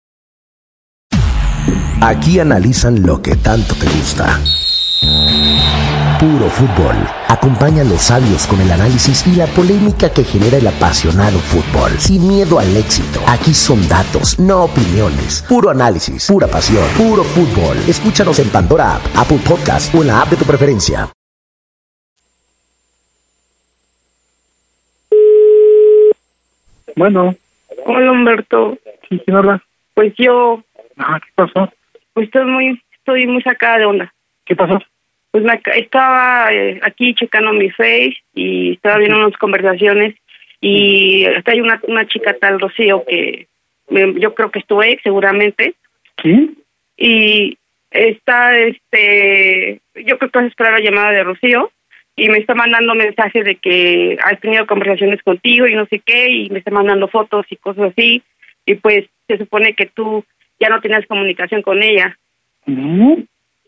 Aquí analizan lo que tanto te gusta. Puro fútbol. Acompaña a los sabios con el análisis y la polémica que genera el apasionado fútbol. Sin miedo al éxito. Aquí son datos, no opiniones. Puro análisis, pura pasión, puro fútbol. Escúchanos en Pandora App, Apple Podcast o en la app de tu preferencia. Bueno, Hola, Humberto. ¿sí, quién habla? Pues yo, Ah, ¿qué pasó? pues estoy muy, estoy muy sacada de onda. ¿Qué pasó? Pues me ac- estaba eh, aquí checando mi face y estaba viendo unas conversaciones y hasta hay una, una chica tal Rocío que me- yo creo que es tu ex seguramente ¿Quién? y está este yo creo que vas a esperar la llamada de Rocío y me está mandando mensajes de que has tenido conversaciones contigo y no sé qué y me está mandando fotos y cosas así y pues se supone que tú ya no tenías comunicación con ella ¿Mm?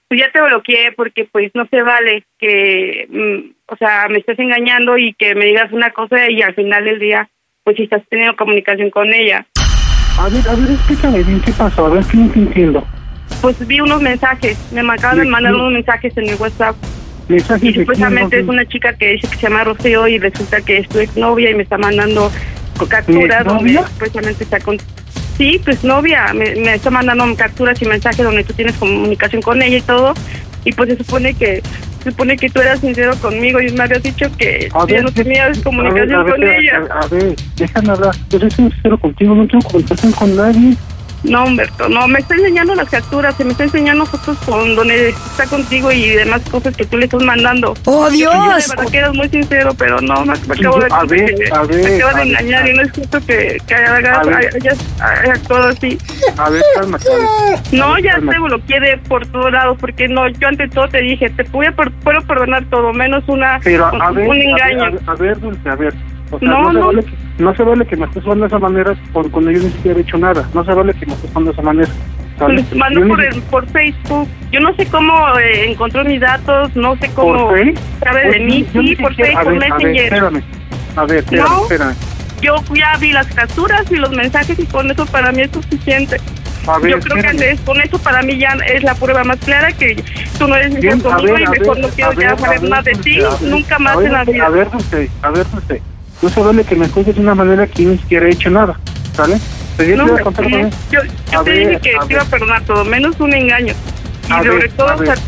pues ya te bloqueé porque pues no se vale que, mm, o sea, me estés engañando y que me digas una cosa y al final del día, pues si estás teniendo comunicación con ella. A ver, a ver, explícame bien qué pasó. A ver, ¿qué no te entiendo? Pues vi unos mensajes, me acaban de ¿De mandar quién? unos mensajes en el WhatsApp Mensajes y de quién, supuestamente es Rocío? una chica que dice que se llama Rocío y resulta que es tu exnovia y me está mandando capturas donde ¿Exnovia? supuestamente está con... Sí, pues novia, me, me está mandando capturas y mensajes donde tú tienes comunicación con ella y todo y pues se supone que se supone que tú eras sincero conmigo y me habías dicho que A ya ver, no ¿qué- tenías a comunicación ver, a con ver, ella. A, a ver, déjame hablar. Yo soy sincero contigo, no tengo conversación con nadie. No, Humberto, no, me está enseñando las capturas, se me está enseñando fotos con donde está contigo y demás cosas que tú le estás mandando. ¡Oh, Yo, Dios! De verdad que eres muy sincero, pero no, me, me acabo de... A ver, me- a ver, Me acabo a de ver, engañar y no es justo que, que A hagas, ver. hayas, hayas actuado así. A ver, cálmate. No, ya te bloqueé de por todos lados, porque no, yo ante todo te dije, te voy a per- puedo perdonar todo, menos una Pero un, a ver, a un ver, engaño. a ver, a ver, Dulce, a ver. O sea, No, no, se no. Vale que, no se vale que me estés jugando de esa manera por, cuando yo ni siquiera he hecho nada. No se vale que me estés jugando de esa manera. ¿sale? Les mando Yo ni- por, el- por Facebook. Yo no sé cómo eh, encontró mis datos, no sé cómo ¿Por Face? sabe de Yo- mí. ¿eh? yo ni Sí, por siquiera- a Facebook ver, a ver, Messenger. espérame. A ver, espérame, No. espérame. yo ya vi las capturas y los mensajes y con eso para mí es suficiente. A ver, yo creo que espérame. antes, con eso para mí ya es la prueba más clara que tú no eres mi Bien, hijo a conmigo ver, y a mejor ver, no quiero a ya ver, saber a ver, más de ti, Dulce, a ver, nunca más a ver, en la Dulce, vida. A ver, Dulce, a ver, Dulce. No se vale que me juzgues de una manera que yo ni siquiera he hecho nada. ¿Sale? Pero yo te Pues No, voy a hombre, contar ¿cómo? también. yo yo A te ver, dije que a te iba a ver. perdonar todo, menos un engaño. Y A sobre ver, todo, a ver. o sea,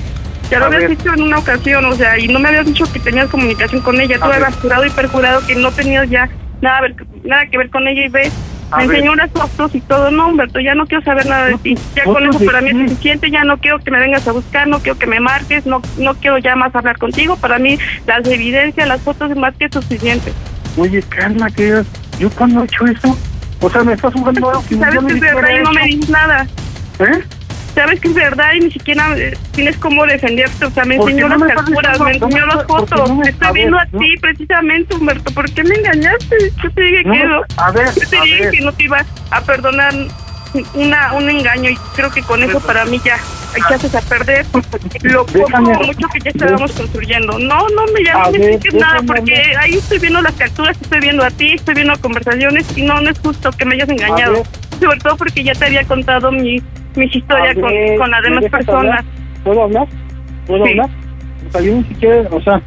Te lo habías dicho en una ocasión, o sea, y no me habías dicho que tenías comunicación con ella. Tú A ver. habías jurado y perjurado que no tenías ya nada, ver- nada que ver con ella y ve. A Me ver. enseñó unas fotos y todo. No, Humberto, ya no quiero saber nada de ti. Ya con ¿Fotos eso de para mí qué? es suficiente. Ya no quiero que me vengas a buscar, no quiero que me marques, no, no quiero ya más hablar contigo. Para mí, las evidencias, las fotos es más que suficiente. Oye, calma, que yo cuando he hecho eso, o sea, me estás jugando algo que Sabes yo ni que es verdad siquiera he y no me hecho. dices nada. ¿Eh? Sabes que es verdad y ni siquiera eh, tienes cómo defenderte. O sea, me ¿Por qué enseñó no me las estás capturas, me diciendo? enseñó No me las estás- ¿por qué fotos. no me- Te estoy a viendo a ver, no. ti precisamente, Humberto. ¿Por qué me engañaste? Yo te dije No que me- no. a ver, Yo te a dije ver. que no te iba a perdonar una, un engaño y creo que con eso para mí ya ah. echaste a perder lo poco Déjame- o mucho que ya estábamos construyendo. No, no me A llames, no me ver, expliques nada déjame- porque ahí estoy viendo las capturas, estoy viendo a ti, estoy viendo conversaciones y no, no es justo que me hayas engañado. Sobre todo porque ya te había contado mi, mis historias A con, ver, con las ¿me demás dejas personas. hablar? ¿Puedo hablar? ¿Puedo Sí. hablar? O sea, yo ni siquiera, o sea,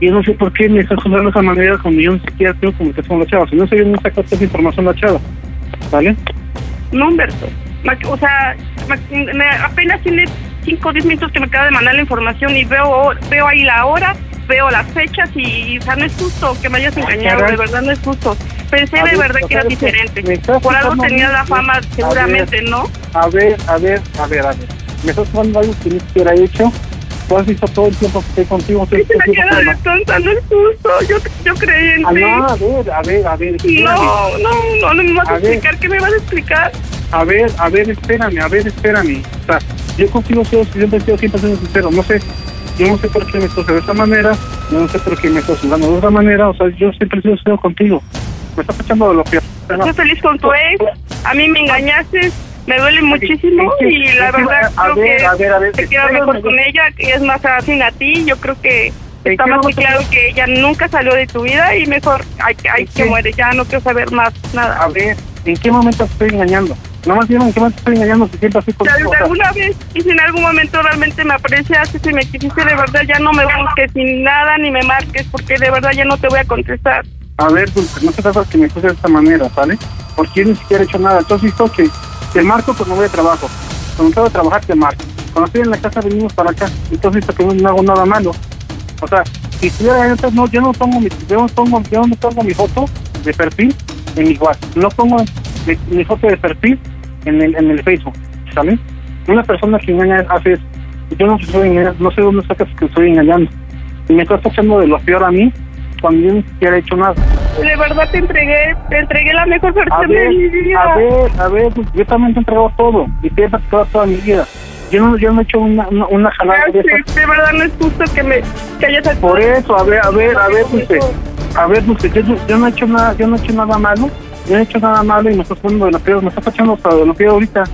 yo no sé por qué me estás jugando de esa manera cuando yo ni siquiera tengo comunicación con la chava. Si no sé, yo no sacaste esa información a la chava. ¿Vale? No, Humberto. Ma- O sea, ma- me- apenas tiene 5 o 10 minutos que me acaba de mandar la información y veo veo ahí la hora, veo las fechas y, o sea, no es justo que me hayas engañado, Ah, caray. de verdad no es justo. Pensé A de ver, verdad o que sea, era es que diferente. me estás Por algo jugando tenía la mucho. fama, A ver. seguramente, ¿no? A ver, a ver, a ver, a ver. Me estás jugando algo que ni siquiera he hecho. Tú has visto todo el tiempo que estoy contigo. todo el La tiempo cara que- de tonta, no es justo. Yo, yo creí en Ah, ti. no, a ver, a ver, a ver. No, no, no, no me vas A a, ver. explicar. ¿Qué me vas a explicar? A ver, a ver, espérame, a ver, espérame. O sea, yo contigo soy, siempre he sido 100% sincero. No sé, yo no sé por qué me estás de esta manera. Yo no sé por qué me estás jugando de otra manera. O sea, yo siempre he sido sincero contigo. Me estás echando de lo peor. Estoy feliz con tu ex. A mí me engañaste. Me duele muchísimo es que- y la es que- verdad a creo ver, que a ver, a ver, te queda espérame. mejor con ella, que es más afín a ti. Yo creo que está que más que vamos a claro hacer? que ella nunca salió de tu vida y mejor hay, hay Es que que- muere. Ya no quiero saber más nada. A ver, ¿en qué momento estoy engañando? No más bien, ¿en qué momento estoy engañando si siempre así O sea, contigo? si O sea, alguna vez y si en algún momento realmente me apreciaste, si me quisiste de verdad, ya no me busques sin nada ni me marques porque de verdad ya no te voy a contestar. A ver, Dulce, no se trata que me puse de esta manera, ¿sale? Porque yo ni siquiera he hecho nada. Entonces, visto que te marco cuando voy a trabajo. Cuando salgo a trabajar, te marco. Cuando estoy en la casa, venimos para acá. Entonces, visto que no, no hago nada malo. O sea, si estuviera en otras, no, yo no pongo mi, yo no pongo, yo no pongo mi foto de perfil en mi WhatsApp. No pongo mi, mi foto de perfil en el, en el Facebook, ¿sale? Una persona que engaña hace eso. Yo no, soy, engañado, no sé dónde sacas que estoy engañando. Y me estás echando de lo peor a mí cuando yo ni siquiera he hecho nada. De verdad te entregué, te entregué la mejor A versión de ver, mi vida. a ver, a ver, pues, yo también te he entregado todo y te he practicado toda mi vida. Yo no, yo no he hecho una, una, una jalada de Gracias, esas. de verdad no es justo que me que hayas Por eso, a ver, a ver, a ver, Dulce, a ver, Dulce, yo, yo- yo no he hecho nada, yo no he hecho nada malo, yo no he hecho nada malo y me estás poniendo de los pies, me estás echando hasta de los pies ahorita.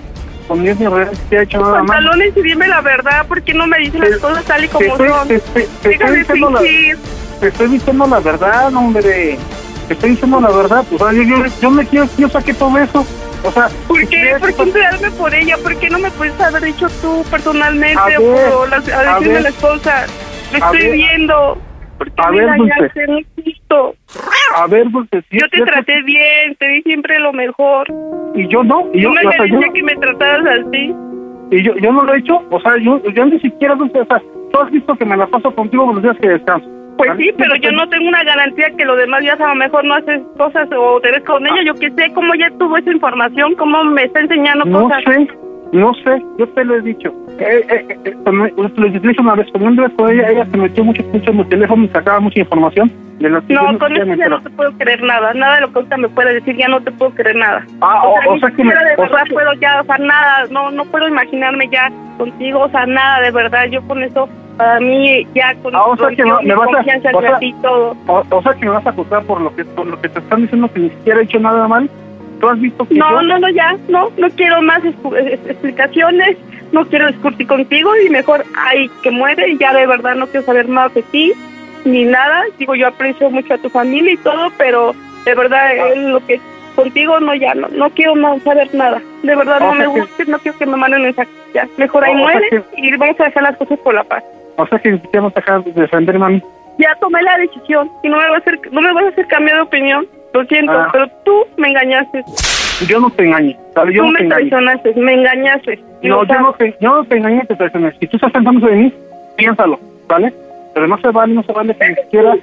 Cuando yo es mi realidad que he hecho Pues nada malo. pantalones y dime la verdad, porque no me dices las cosas tal y Te como estoy- son. te estoy- te Deja estoy de diciendo la- fingir. Te estoy diciendo la verdad, hombre. Te estoy diciendo la verdad. O sea, yo, yo, yo me quiero, yo saqué todo eso. O sea, ¿Por qué? ¿Por qué enterarme por ella? ¿Por qué no me puedes haber dicho tú A personalmente ver, o por las, a a decirme ver. las cosas? Lo A estoy ver. viendo. ¿Por qué A me ver, engañaste? No es justo. A ver, Dulce, sí, Yo sí, te traté bien, te di siempre lo mejor. Y yo no. Y yo, Tú me o sea, yo- merecía que me trataras así. y yo, yo no lo he hecho, o sea, yo, yo ni siquiera, Dulce, o sea, tú has visto que me la paso contigo los días que descanso. Pues sí, pero yo no tengo una garantía que los demás días a lo mejor no haces cosas o te ves con Ah. ella. Yo que sé cómo ya tuvo esa información, cómo me está enseñando No cosas. sé, no sé, yo te lo he dicho. Eh, eh, eh, eh, cuando- lo dije una vez, cuando anduve con ella, ella se metió mucho, mucho en mi teléfono y sacaba mucha información de las que yo No, con siquiera eso me ya no enteraba. te puedo creer nada. Nada de lo que ahorita me puedes decir, ya no te puedo creer nada. Ah, o- o ni sea que me- siquiera de o sea verdad que- puedo ya, o sea, nada. No, no puedo imaginarme ya contigo, o sea, nada de verdad. Yo con eso, para mí, ya con Ah, o sea con que no- mi me vas a- confianza o hacia sea- ti, todo. O, o sea, que me vas a acusar por lo que por lo que te están diciendo que ni siquiera he hecho nada mal. ¿Tú has visto que yo- No, no, no, ya, no, no quiero más escu- eh, explicaciones, no quiero discutir contigo y mejor, ay, que muere, y ya de verdad no quiero saber más de ti, ni nada, digo, yo aprecio mucho a tu familia y todo, pero de verdad, Ah. eh, lo que contigo, no, ya, no, no quiero más saber nada, de verdad, Ah, O no sea me que- Ah, gusta, no quiero que me manden mensajes, ya, mejor ahí O- o sea muere y vamos a dejar las cosas por la paz. O sea, que ni siquiera vas a dejar de defenderme a mí. Ya tomé la decisión y no me vas a hacer, no me vas a hacer cambiar de opinión, lo siento, Ah. pero tú me engañaste. Yo no te engañé, ¿sabes? Yo Tú no me te engañé. traicionaste, me engañaste. Y No, lo yo no, sabes. te, yo no te engañé, te traicioné. Si tú estás pensando de mí, piénsalo, ¿vale? Pero no se vale, no se vale que ni siquiera, ni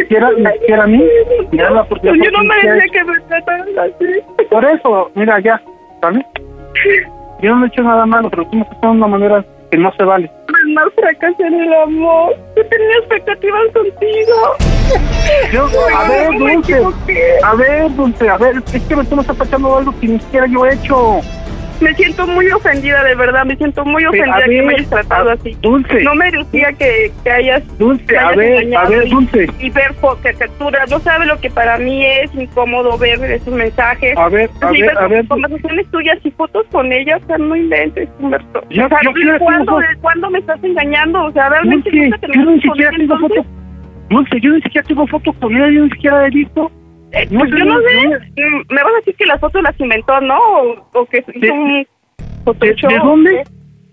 siquiera, ni siquiera a mí me habla porque Yo no merecía que me trataran así. Por eso, mira, ya, ¿vale? Yo no he hecho nada malo, pero tú me estás de una manera que no se vale. Mamá, fracasé en el amor. Yo tenía expectativas contigo. Yo, a ver, me Dulce, a ver, Dulce, a ver, es que tú me estás tachando algo que ni siquiera yo he hecho. Me siento muy ofendida, de verdad. Me siento muy ofendida a que ver, me hayas tratado así. Dulce. No merecía que, que hayas. Dulce, a ver, a ver, Dulce. Y ver por caricaturas. No sabe lo que para mí es incómodo ver esos mensajes. A ver, a Sí, ver, pero a ver. Conversaciones tuyas y fotos con ellas están muy inventes, Humberto. Yo- o sea, yo quiero hacer ¿cuándo, una cosa. de cuándo me estás engañando? O sea, realmente Dulce, nunca yo ni terminaste con siquiera él, tengo entonces? fotos. Dulce, yo ni siquiera tengo fotos con ella, yo ni siquiera he visto. Pues yo no sé, mm, me vas a decir que las fotos las inventó, ¿no? O, o que hizo un Photoshop. ¿De dónde?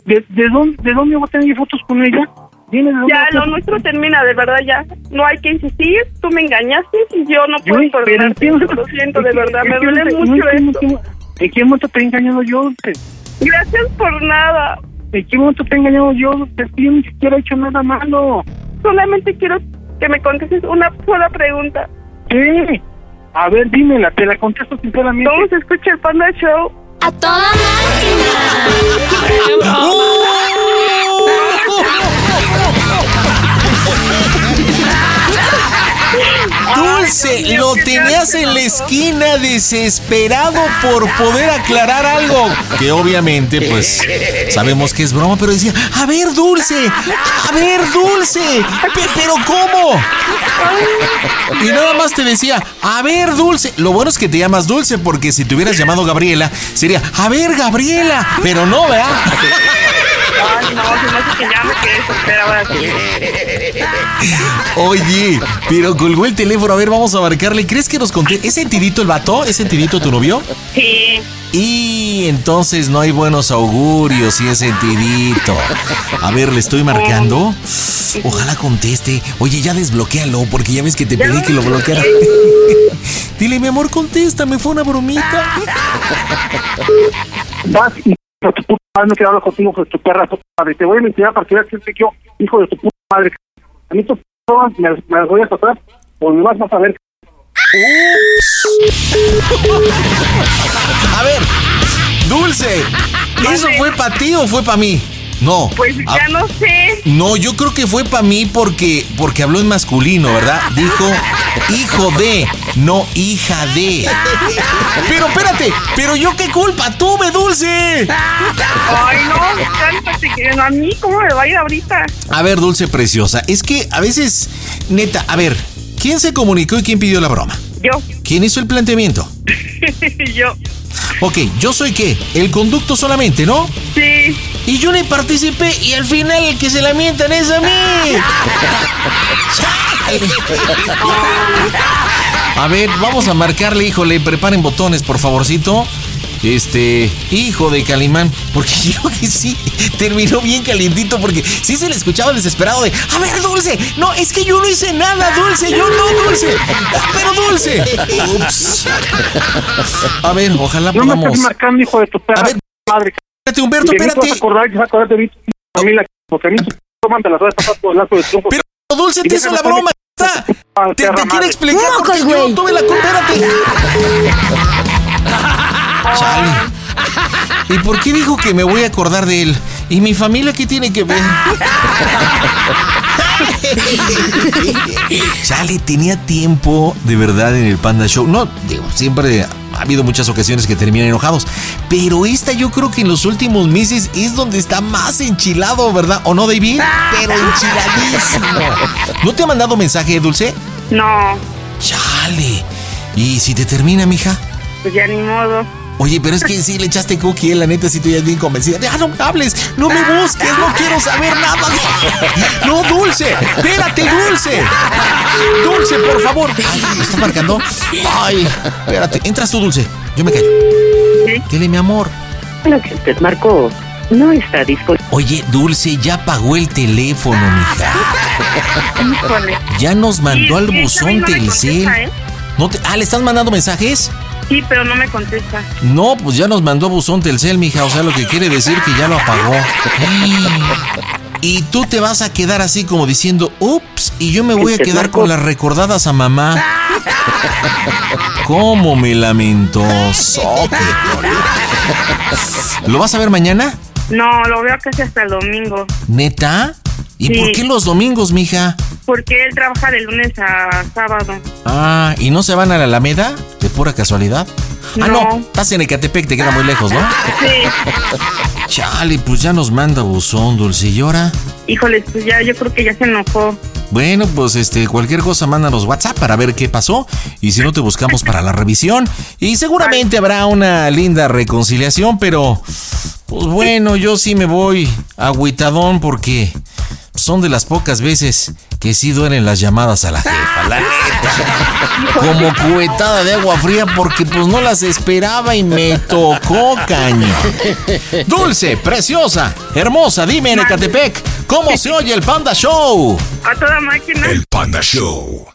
¿De, de dónde? ¿De dónde voy a tener fotos con ella? Dime, ¿de dónde voy Ya, a lo tener- nuestro termina, de verdad, ya. No hay que insistir, tú me engañaste y yo no Yo- puedo pero perdonarte. entiendo- Lo siento, de es que- verdad, es me que duele no sé- mucho no entiendo esto. qué- ¿En qué momento te he engañado yo, Dulce? Gracias por nada. ¿En qué momento te he engañado yo, Dulce? Si Yo ni siquiera he hecho nada malo. Solamente quiero que me contestes una sola pregunta. ¿Qué? A ver, dímela, te la contesto sinceramente. Vamos a escuchar el Panda Show. A toda Ah, Dulce, lo tenías en la esquina desesperado por poder aclarar algo. Que obviamente, pues, sabemos que es broma, pero decía, a ver, Dulce, a ver, Dulce, pe- pero ¿cómo? Y nada más te decía, a ver, Dulce. Lo bueno es que te llamas Dulce, porque si te hubieras llamado Gabriela, sería, a ver, Gabriela, pero no, ¿verdad? Ay, no, se me hace que ya me quedé soltera ahora sí. Oye, pero colgó el teléfono. A ver, vamos a marcarle. ¿Crees que nos conté? ¿Es sentidito el vato? ¿Es sentidito tu novio? Sí. Y entonces no hay buenos augurios si es sentidito. A ver, le estoy marcando. Ojalá conteste. Oye, ya desbloquéalo porque ya ves que te pedí que lo bloqueara. Dile, mi amor, contéstame, fue una bromita. Vas y por tu puta madre no quiero hablar contigo, hijo de tu perra, puta madre. Te voy a mentir para que veas que soy yo, hijo de tu puta madre. A mí tus putas me, las- me las voy a tratar o me vas a saber. A ver, Dulce, ¿eso fue para ti o fue para mí? No. Pues a- ya no sé. No, yo creo que fue para mí porque, porque habló en masculino, ¿verdad? Dijo hijo de, no hija de. Pero espérate, pero yo qué culpa tuve, Dulce. Ay, no, cálmate, que a mí, ¿cómo me va a ir ahorita? A ver, Dulce Preciosa, es que a veces, neta, a ver, ¿quién se comunicó y quién pidió la broma? Yo. ¿Quién hizo el planteamiento? yo. Ok, yo soy qué? El conducto solamente, ¿no? Sí. Y yo le participé y al final el que se la mientan es a mí. A ver, vamos a marcarle, híjole, preparen botones, por favorcito. Este, hijo de Calimán, porque yo que sí, terminó bien calientito, porque sí se le escuchaba desesperado de, a ver, Dulce, no, es que yo no hice nada, Dulce, yo no, Dulce, pero Dulce. Ups. A ver, ojalá No me podamos... estés marcando, hijo de tu perra, puta madre. Espérate, Humberto, Te vas a espérate. acordar, te vas a acordar de mí, tu familia, porque a mí tus toman te las vas a pasar por el lazo de tu Pero Dulce te hizo la broma, está. Te, te quiere explicar porque yo tuve la culpa, espérate. Chale. ¿Y por qué dijo que me voy a acordar de él? ¿Y mi familia qué tiene que ver? Chale, tenía tiempo de verdad en el Panda Show. No, digo, siempre ha habido muchas ocasiones que terminan enojados. Pero esta yo creo que en los últimos meses es donde está más enchilado, ¿verdad? ¿O no, David? Pero enchiladísimo. ¿No te ha mandado mensaje, Dulce? No, Chale. ¿Y si te termina, mija? pues ya ni modo. Oye, pero es que sí le echaste cookie, ¿eh? la neta, si tú ya es bien convencida. Ya no hables, no me busques, no quiero saber nada. No, dulce, espérate, dulce. Dulce, por favor. Ay, ¿me está marcando? Ay, espérate, entras tú, dulce. Yo me callo. Dile, mi amor. Lo que usted marcó no está disponible. Oye, dulce, ya pagó el teléfono, mija. Híjole. Ya nos mandó al Sí, sí, esta buzón vez no me Telcel. contesta, ¿eh? No te- ah, ¿le estás mandando mensajes? Sí, pero no me contesta. No, pues ya nos mandó a buzón Telcel, mija. O sea, lo que quiere decir que ya lo apagó. Y tú te vas a quedar así como diciendo, ups, y yo me voy a Este quedar narco. con las recordadas a mamá. ¿Cómo me lamento? sope? ¿Lo vas a ver mañana? No, lo veo casi hasta el domingo. ¿Neta? ¿Y Sí. por qué los domingos, mija? Porque él trabaja de lunes a sábado. Ah, ¿y no se van a la Alameda? ¿De pura casualidad? Ah, no, estás en Ecatepec, te queda muy lejos, ¿no? Chale, pues ya nos manda buzón, dulcillora. Híjoles, pues ya, yo creo que ya se enojó. Bueno, pues este, cualquier cosa mándanos WhatsApp para ver qué pasó y si no te buscamos para la revisión y seguramente habrá una linda reconciliación, pero pues bueno, yo sí me voy agüitadón porque son de las pocas veces que sí duelen las llamadas a la jefa, la neta. Como cubetada de agua fría porque pues no las esperaba y me tocó caño. Dulce, preciosa, hermosa, dime en Ecatepec, ¿cómo se oye el Panda Show? A toda máquina. Eh. Panda Show.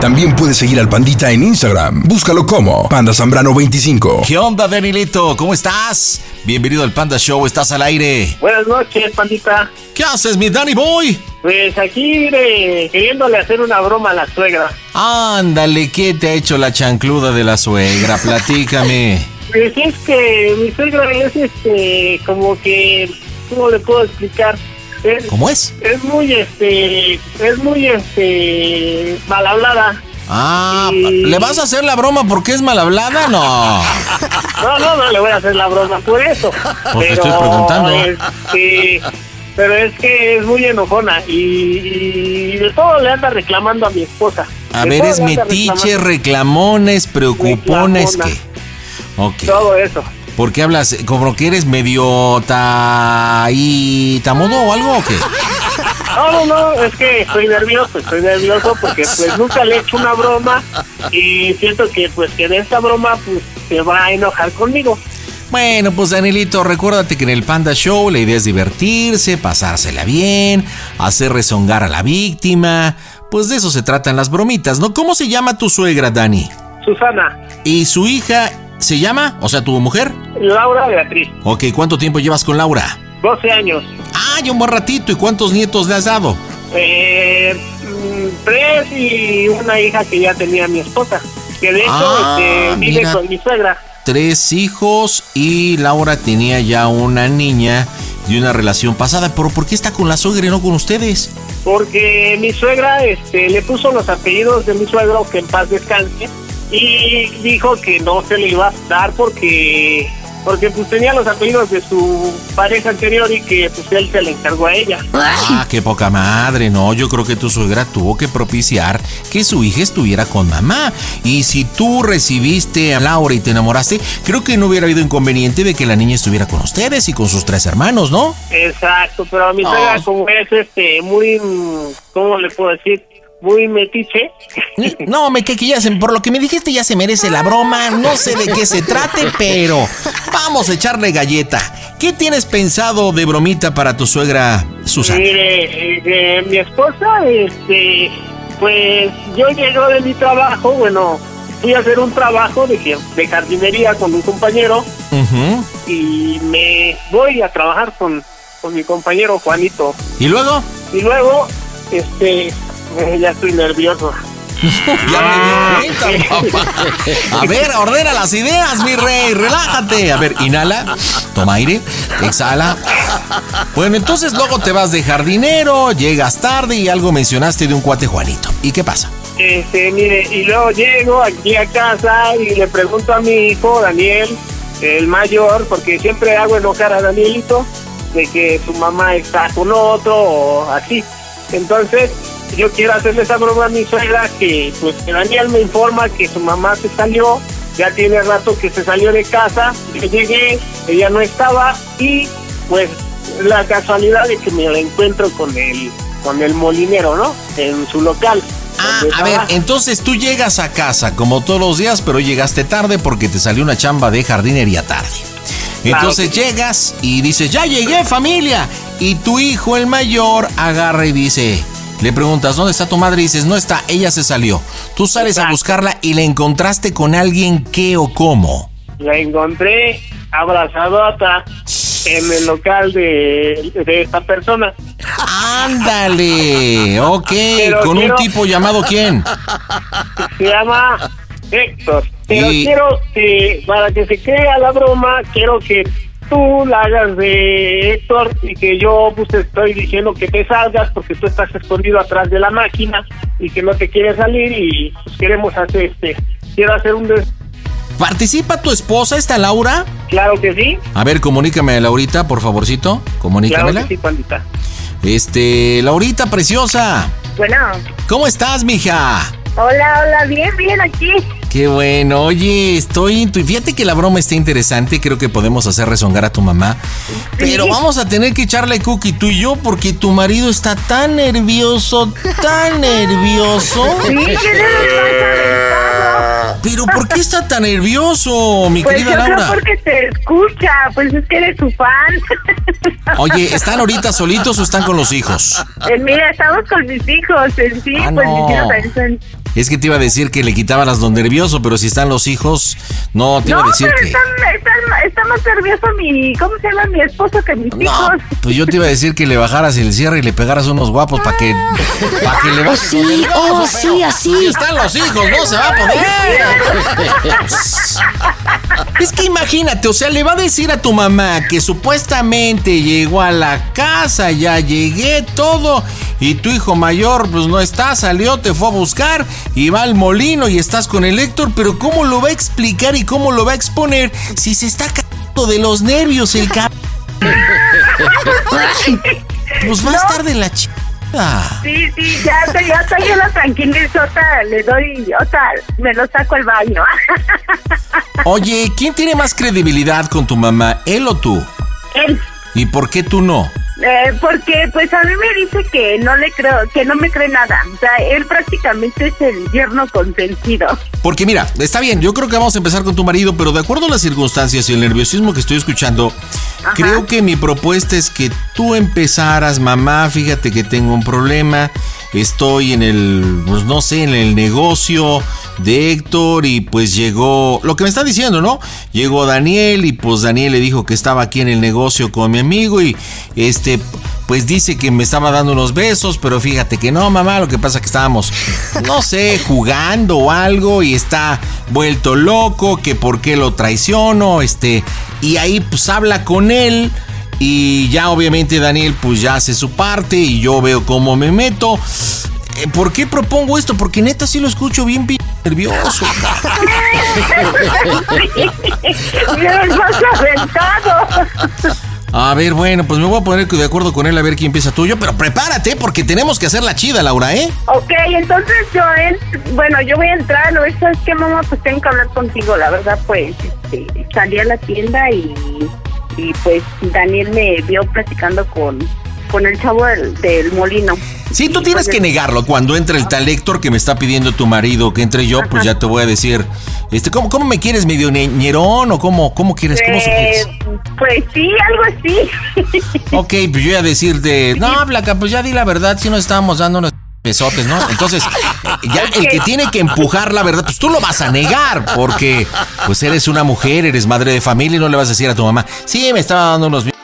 También puedes seguir al Pandita en Instagram. Búscalo como Panda Zambrano 25. ¿Qué onda, Danilito? ¿Cómo estás? Bienvenido al Panda Show, estás al aire. Buenas noches, pandita. ¿Qué haces, mi Danny Boy? Pues aquí, mire, queriéndole hacer una broma a la suegra. Ándale, ¿qué te ha hecho la chancluda de la suegra? Platícame. Pues es que mi suegra es, este, como que, ¿cómo le puedo explicar? Es, ¿Cómo es? Es muy, este, es muy, este, mal hablada. Ah, ¿le vas a hacer la broma porque es mal hablada? No. No, no, no le voy a hacer la broma por eso. Pues te estoy preguntando. este, pero es que es muy enojona y, y de todo le anda reclamando a mi esposa. A De ver, todo es le anda metiche, reclamando. reclamones, preocupones, Reclamona. ¿qué? Ok. Todo eso. ¿Por qué hablas como que eres medio ta... y tamudo o algo o qué? No, no, no, es que estoy nervioso, estoy nervioso porque pues nunca le he hecho una broma y siento que pues que de esta broma pues se va a enojar conmigo. Bueno, pues Danielito, recuérdate que en el Panda Show la idea es divertirse, pasársela bien, hacer rezongar a la víctima. Pues de eso se tratan las bromitas, ¿no? ¿Cómo se llama tu suegra, Dani? Susana. ¿Y su hija se llama? O sea, tu mujer. Laura Beatriz, Ok, ¿cuánto tiempo llevas con Laura? 12 años. Ah, ya un buen ratito. ¿Y cuántos nietos le has dado? Eh, mm, tres y una hija que ya tenía mi esposa, que de hecho Ah, este, vive mira. con mi suegra. Tres hijos y Laura tenía ya una niña de una relación pasada. ¿Pero por qué está con la suegra y no con ustedes? porque mi suegra este, le puso los apellidos de mi suegro, que en paz descanse, y dijo que no se le iba a dar porque porque pues tenía los apellidos de su pareja anterior y que pues él se le encargó a ella. Ah, qué poca madre, no, yo creo que tu suegra tuvo que propiciar que su hija estuviera con mamá. Y si tú recibiste a Laura y te enamoraste, creo que no hubiera habido inconveniente de que la niña estuviera con ustedes y con sus tres hermanos, ¿no? Exacto, pero a mi suegra como es este muy, mm, ¿cómo le puedo decir? Muy metiche. No, me que que ya se- por lo que me dijiste ya se merece la broma, no sé de qué se trate, pero vamos a echarle galleta. ¿Qué tienes pensado de bromita para tu suegra, Susana? Mire, eh, eh, mi esposa, este, pues yo llego de mi trabajo, bueno, fui a hacer un trabajo de, que- de jardinería con un compañero ¿Eh? Ujú. y me voy a trabajar con, con mi compañero Juanito. ¿Y luego? Y luego, este, eh, ya estoy nervioso. Ah, ya me di cuenta, papá. A ver, ordena las ideas, mi rey, relájate. A ver, inhala, toma aire, exhala. Bueno, entonces luego te vas de jardinero, llegas tarde y algo mencionaste de un cuate Juanito. ¿Y qué pasa? Este, mire, y luego llego aquí a casa y le pregunto a mi hijo, Daniel, el mayor, porque siempre hago enojar a Danielito de que su mamá está con otro o así. Entonces, yo quiero hacerle esa broma a mi suegra que, pues, que Daniel me informa que su mamá se salió, ya tiene rato que se salió de casa, yo llegué, ella no estaba y, pues, la casualidad de que me la encuentro con el, con el molinero, ¿no? En su local. donde A ver, trabaja. entonces tú llegas a casa como todos los días, pero llegaste tarde porque te salió una chamba de jardinería tarde. Entonces llegas y dices, ya llegué familia. Y tu hijo, el mayor, agarra y dice, le preguntas, ¿dónde está tu madre? Y dices, no está, ella se salió. Tú sales a buscarla y la encontraste con alguien, ¿qué o cómo? La encontré abrazadota. en el local de, de esta persona. Ándale, ok, Pero con quiero- un tipo llamado quién. Se llama Héctor. Pero Y- quiero que, para que se crea la broma, quiero que tú la hagas de Héctor y que yo pues, te estoy diciendo que te salgas porque tú estás escondido atrás de la máquina y que no te quieres salir y pues, queremos hacer este. Quiero hacer un. des- ¿Participa tu esposa, esta Laura? Claro que sí. A ver, comunícame, Laurita, por favorcito. Claro Comunícamela. que sí, pandita. Este, Laurita preciosa, Bueno, ¿cómo estás, mija? hola, hola, bien, bien aquí. Qué bueno, oye, estoy intu- Fíjate que la broma está interesante, creo que podemos hacer rezongar a tu mamá. Pero vamos a tener que echarle cookie tú y yo porque tu marido está tan nervioso, tan nervioso. Sí, que Pero ¿por qué está tan nervioso, Oh, mi pues querida yo Laura? creo porque te escucha, pues es que eres su fan. Oye, ¿están ahorita solitos o están con los hijos? Eh, mira, estamos con mis hijos, en sí, Ah, pues no. mis hijos también son- Es que te iba a decir que le quitabas don nervioso, pero si están los hijos, no te iba No, a decir pero que. están- están- está más nervioso mi, ¿cómo se llama? Mi esposo que mis hijos. Pues yo te iba a decir que le bajaras el cierre y le pegaras unos guapos para que, para que le Oh, bajes el sí, nervioso, oh, pero sí, así. si están los hijos, no se va a poder. Es que imagínate, o sea, le va a decir a tu mamá que supuestamente llegó a la casa, ya llegué todo, y tu hijo mayor pues no está, salió, te fue a buscar, y va al molino y estás con el Héctor, pero ¿cómo lo va a explicar y cómo lo va a exponer si se está cagando de los nervios el cabrón? Pues va a estar de la chica. Sí, sí, ya estoy, ya estoy en la tranquilizota, le doy, o sea, me lo saco al baño. Oye, ¿quién tiene más credibilidad con tu mamá, él o tú? Él. ¿Y por qué tú no? Eh, porque pues a mí me dice que no le creo, que no me cree nada. O sea, él prácticamente es el yerno consentido. Porque mira, está bien, yo creo que vamos a empezar con tu marido, pero de acuerdo a las circunstancias y el nerviosismo que estoy escuchando, creo que mi propuesta es que tú empezaras, mamá, fíjate que tengo un problema, estoy en el, pues no sé, en el negocio de Héctor y pues llegó, lo que me están diciendo, ¿no? Llegó Daniel y pues Daniel le dijo que estaba aquí en el negocio con mi amigo y este... Pues dice que me estaba dando unos besos, pero fíjate que no, mamá, lo que pasa es que estábamos, no sé, jugando o algo y está vuelto loco, que por qué lo traiciono, este, y ahí pues habla con él y ya obviamente Daniel pues ya hace su parte y yo veo cómo me meto. Eh, ¿Por qué propongo esto? Porque neta sí lo escucho bien pi- nervioso. Mira, el más aventado. A ver, bueno, pues me voy a poner de acuerdo con él a ver quién empieza tuyo, pero prepárate porque tenemos que hacer la chida, Laura, ¿eh? Ok, entonces yo, en- bueno, yo voy a entrar, ¿no? ¿Sabes qué, mamá? Pues tengo que hablar contigo, la verdad, pues este, salí a la tienda y, y, pues Daniel me vio platicando con, con el chavo del, del molino. Sí, tú Y, tienes pues, que negarlo. Cuando entre el tal Héctor que me está pidiendo tu marido que entre yo, pues ya te voy a decir, este, ¿cómo, cómo me quieres, medio ñerón? ¿O cómo, cómo quieres? ¿Cómo sugieres? eh, Pues sí, algo así. Ok, pues yo voy a decirte, no, Blanca, pues ya di la verdad, si no estábamos dando unos besotes, ¿no? Entonces, eh, ya el que tiene que empujar la verdad, pues tú lo vas a negar, porque pues eres una mujer, eres madre de familia y no le vas a decir a tu mamá, sí, me estaba dando unos besotes.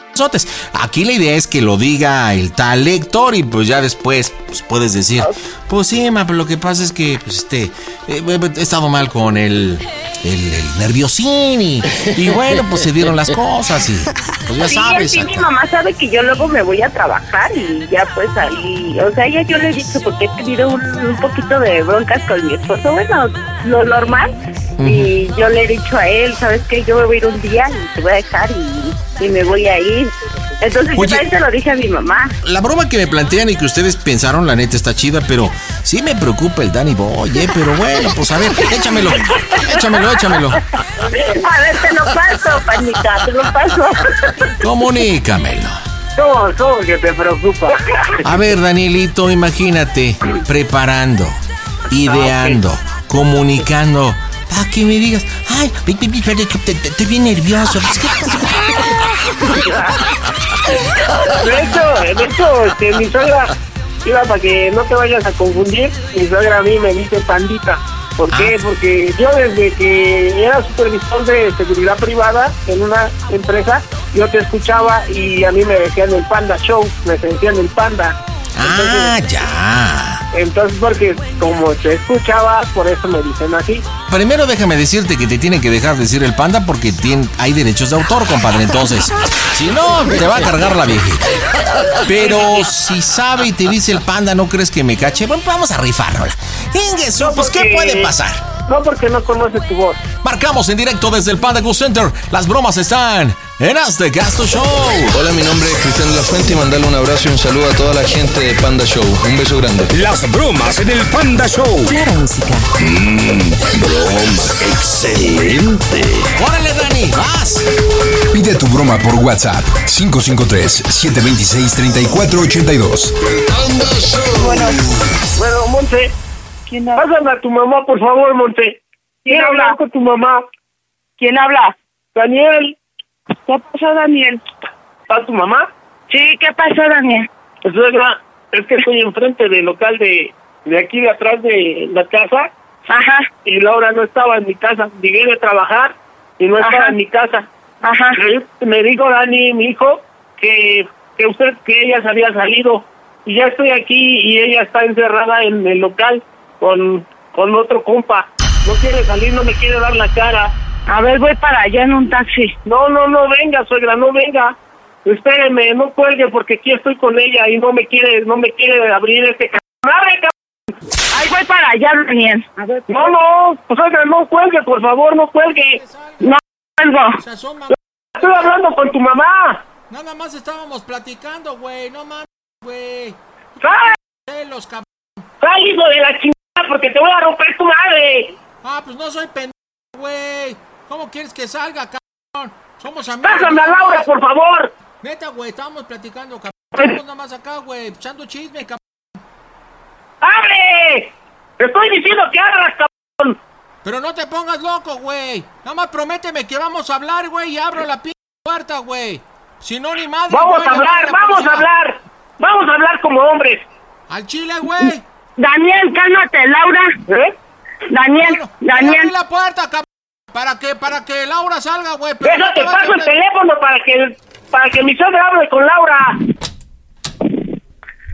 Aquí la idea es que lo diga el tal Héctor y pues ya después pues, puedes decir, pues sí, ma, pero lo que pasa es que pues este, eh, he estado mal con el, el, el nerviosín y, y bueno, pues se dieron las cosas y pues ya sí, sabes. sí, mi mamá sabe que yo luego me voy a trabajar y ya pues ahí, o sea, ya yo le he dicho porque he tenido un, un poquito de broncas con mi esposo, bueno, lo normal, y yo le he dicho a él, ¿sabes qué? Yo me voy a ir un día y te voy a dejar y, y me voy a ir. Entonces Oye. yo también se lo dije a mi mamá. la broma que me plantean y que ustedes pensaron, la neta está chida, pero sí me preocupa el Danny Boy, ¿eh? Pero bueno, pues a ver, échamelo, échamelo, échamelo. A ver, te lo paso, panita, te lo paso. Comunícamelo. ¿Cómo, cómo que te preocupa? A ver, Danielito, imagínate, preparando, ideando, comunicando. Para que me digas, ay, pi, pi, pi, espérate, que te- te- estoy bien nervioso. pues, ¿qué- De hecho, de hecho, este, mi suegra, iba para que no te vayas a confundir, mi suegra a mí me dice pandita. ¿Por Ah. qué? Porque yo desde que era supervisor de seguridad privada en una empresa, yo te escuchaba y a mí me decían el Panda Show, me sentían el Panda. Ah, ya. Entonces, porque como te escuchaba, por eso me dicen así. Primero déjame decirte que te tiene que dejar decir el panda porque tien- hay derechos de autor, compadre. Entonces, si no, te va a cargar la viejita. Pero si sabe y te dice el panda, ¿no crees que me cache? Bueno, vamos a rifarnos. Ingueso, pues ¿qué puede pasar? No, porque no conoce tu voz. Marcamos en directo desde el Panda Go Center. Las bromas están en Aztec Gasto Show. Hola, mi nombre es Cristian de la Fuente y mandarle un abrazo y un saludo a toda la gente de Panda Show. Un beso grande. Las bromas en el Panda Show. Claro, música. broma. Excelente. ¡Órale, Dani! ¡Vas! Pide tu broma por WhatsApp 553-726-3482. Bueno, bueno, Monte, pásame a tu mamá, por favor, Monte. ¿Quién habla? con tu mamá. ¿Quién habla? Daniel. ¿Qué pasó, Daniel? ¿Está tu mamá? Sí, ¿qué pasó, Daniel? Pues, suegra, es que estoy enfrente del local de, de aquí de atrás de la casa. Ajá. Y Laura no estaba en mi casa. Llegué de trabajar y no estaba Ajá. en mi casa. Ajá. Me, me dijo Dani, mi hijo, que, que usted, que ella se había salido. Y ya estoy aquí y ella está encerrada en el local con, con otro compa. No quiere salir, no me quiere dar la cara. A ver, voy para allá en un taxi. No, no, no venga, suegra, no venga. Espéreme, no cuelgue porque aquí estoy con ella y no me quiere, no me quiere abrir este c- ¡Arre, c- Ahí voy para allá, Daniel. No, no, pues, oiga, no cuelgue, por favor, no cuelgue. No cuelgo. Estoy hablando con tu mamá. Nada más estábamos platicando, güey. No mames, güey. ¡Sal! Celos, cabrón. ¡Sal, hijo de la chingada, porque te voy a romper tu madre! Ah, pues no soy pendejo, güey. ¿Cómo quieres que salga, cabrón? Somos amigos. ¡Pásame a Laura, por favor! Neta, güey, estábamos platicando, cabrón. Estamos nada más acá, güey, echando chisme, cabrón. ¡Abre! ¡Te estoy diciendo que abras, cabrón! Pero no te pongas loco, güey. Nada más prométeme que vamos a hablar, güey, y abro la p puerta, güey. Si no, ni madre. ¡Vamos voy a llamar hablar, la vamos a policía. hablar! ¡Vamos a hablar como hombres! Al chile, güey. Daniel, cálmate, Laura. ¿Eh? Daniel, Daniel. Abre la puerta, cabrón. ¿Para que, para que Laura salga, güey. pero no ¡Déjate, te vayas, paso el güey. teléfono para que, para que mi suegra hable con Laura!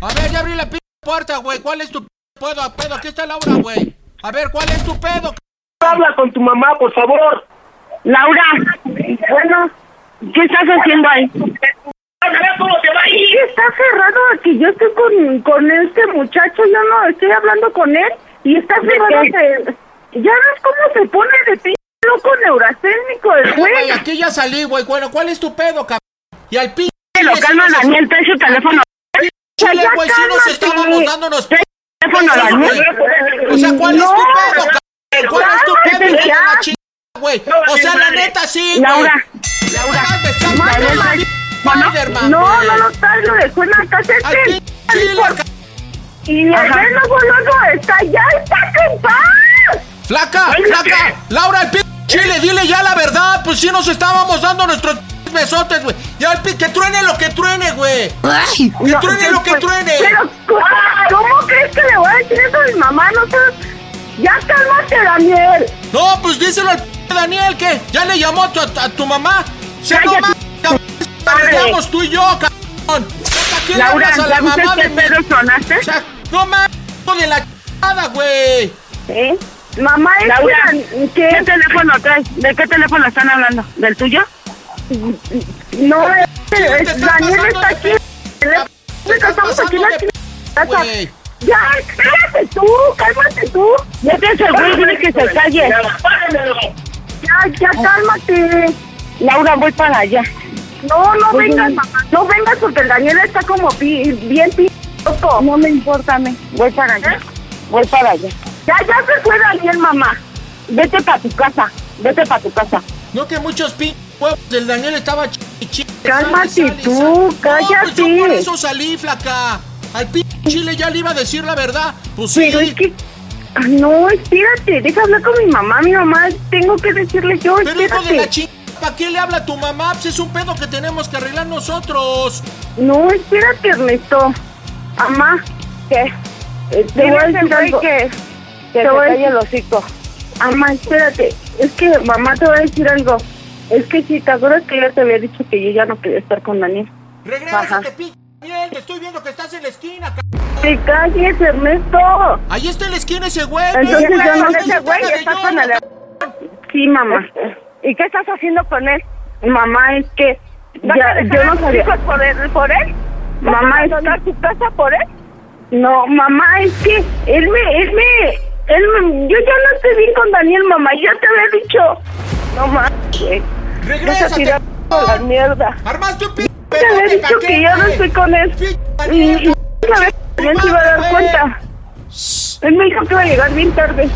A ver, ya abrí la p puerta, güey. ¿Cuál es tu p pedo? pedo? Aquí está Laura, güey. A ver, ¿cuál es tu pedo, Habla con tu mamá, por favor. Laura. Bueno. ¿Qué estás haciendo ahí? cómo te va a ir! Está cerrado aquí. Yo estoy con, con este muchacho. Yo no estoy hablando con él. Y está cerrado. de- Ya ves cómo se pone de p loco neurasténico el Güey, juez. aquí ya salí, güey. Bueno, ¿cuál es tu pedo, cabrón? Y al p. Lo calma, Daniel, trae su teléfono. Chile, güey, si nos estábamos dándonos p. teléfono, Daniel. O sea, ¿cuál es tu No. pedo, cabrón? ¿Cuál es tu pedo, hijo de la chingada, güey? O sea, la madre. neta sí, güey. Laura. Laura. Daniel, Daniel, No, no, no, no, tal, lo dejó en la casa. este- Y el Ajá. bueno, boludo, está allá, está en paz. Flaca, Cállate. flaca, Laura, el p. Chile, dile ya la verdad, pues sí nos estábamos dando nuestros besotes, güey. Ya el p. Que truene lo que truene, güey. Ay, que truene lo pues, que truene. Pero, ¿cómo, cómo crees que le voy a decir eso a mi mamá? No seas- Ya cálmate, Daniel. No, pues díselo al p. Daniel, que ya le llamó a tu, a tu mamá. Se no mames, cabrón, arreglamos tú y yo, cabrón. Pues, ¿A quién le Laura, hablas a ¿ya la viste mamá qué de mi- pedo sonaste? O sea, no mames, hijo de la chingada, güey. ¿Eh? Mamá, es Laura, que- ¿qué teléfono traes? ¿De qué teléfono están hablando? ¿Del tuyo? No, es- te es- estás Daniel pasando está de aquí. Le- Estamos aquí en la casa. güey. Ya, cállate tú, cálmate tú. Este Métese el güey, dile que se calle. Ya, ya, cálmate. Laura, voy para allá. No, no Voy vengas, bien. mamá. No vengas porque el Daniel está como pi- bien pi- loco. No me importa, me. Voy para allá. Voy para allá. Ya, ya se fue Daniel, mamá. Vete para tu casa. Vete para tu casa. No que muchos pin huevos del Daniel estaba ch ch- Cálmate sale, sale, tú, sale. No, pues yo por cállate. eso salí, flaca. Al pin chile ya le iba a decir la verdad. Pues sí. Pero es que... Ay, No, espérate, deja hablar con mi mamá. Mi mamá, tengo que decirle yo, Pero hijo de la espérate. chingada, ¿para qué le habla a tu mamá? Pues es un pedo que tenemos que arreglar nosotros. No, espérate, Ernesto. Mamá. ¿Qué? te voy a decir algo. Que, que te se voy a calle decir- el hocico. Mamá, espérate. Es que mamá te va a decir algo. Es que sí, ¿te acuerdas que yo te había dicho que yo ya no quería estar con Daniel? Regrésate, pinche Daniel, te estoy viendo que estás en la esquina, c- ¡Te calles, Ernesto! Ahí está en la esquina ese güey. Entonces güey, ya no no es se ese güey, trata de está yo, con no el... te- Sí, mamá. ¿Y qué estás haciendo con él? Mamá, es que... ¿Vas a Ya, dejar yo a no tus sabía... hijos por él? Por él? ¿Vas a Mamá, es abandonar tu casa por él? No, mamá, es que él me... Él me... Él me- Yo ya no estoy bien con Daniel, mamá. Ya te había dicho. No, mamá. Regrésate, a la mierda. Armaste un p... Ya te había pedote, dicho ¿para que qué, yo no güey? estoy con él. Y, y sabes, Daniel se iba a dar cuenta. Él me dijo que iba a llegar bien tarde.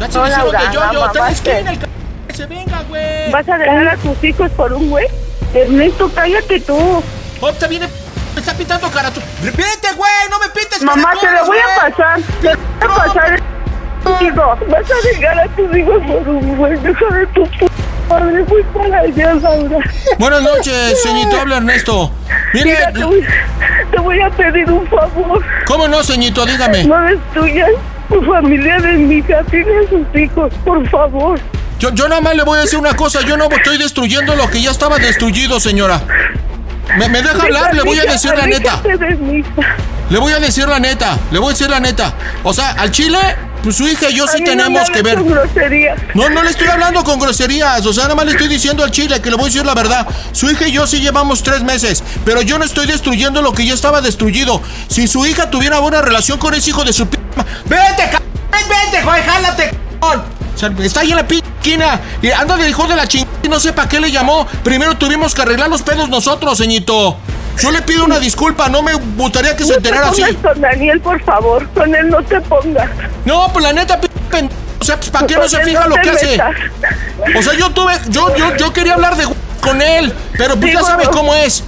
Ya se me hicieron de yo-yo, está en la esquina el se venga, güey. ¿Vas a dejar a tus hijos por un güey? Ernesto, cállate tú. Opta viene... Me está pintando cara tu... ¡Repite, güey! ¡No me pintes Mamá, cara, te la todos, voy güey! a Pues, pasar. Te la voy a pasar. Digo, vas a dejar a tus hijos por un güey. Deja de tu p- madre. Voy para allá, Laura. Buenas noches, señorito, habla Ernesto. Mire, Mira, te voy, te voy a pedir un favor. ¿Cómo no, señorito? Dígame. No es tuya. Tu familia de mi hija tiene a sus hijos, por favor. Yo, yo nada más le voy a decir una cosa, yo no estoy destruyendo lo que ya estaba destruido, señora. ¿Me, me deja hablar? Le voy a decir la neta. Aléjate de mi hija. Le voy a decir la neta, le voy a decir la neta. O sea, al chile, pues su hija y yo A sí mí no tenemos me que ver. hables con groserías. No, no le estoy hablando con groserías. O sea, nada más le estoy diciendo al chile que le voy a decir la verdad. Su hija y yo sí llevamos tres meses, pero yo no estoy destruyendo lo que ya estaba destruido. Si su hija tuviera buena relación con ese hijo de su p. ma- ¡Vete, c... ¡Vete, güey! ¡Jálate, c... O sea, está ahí en la p. esquina. Y anda de hijo de la chingada y no sé para qué le llamó. Primero tuvimos que arreglar los pedos nosotros, señito. Yo le pido una disculpa, no me gustaría que se No te enterara así. pongas con Daniel, por favor. Con él no te pongas. No, pues la neta, p- pen- o sea, pues ¿para qué no se Con él fija lo te que hace? metas. O sea, yo tuve, yo, yo, yo quería hablar de con él, pero pues ya Digo, sabes cómo es.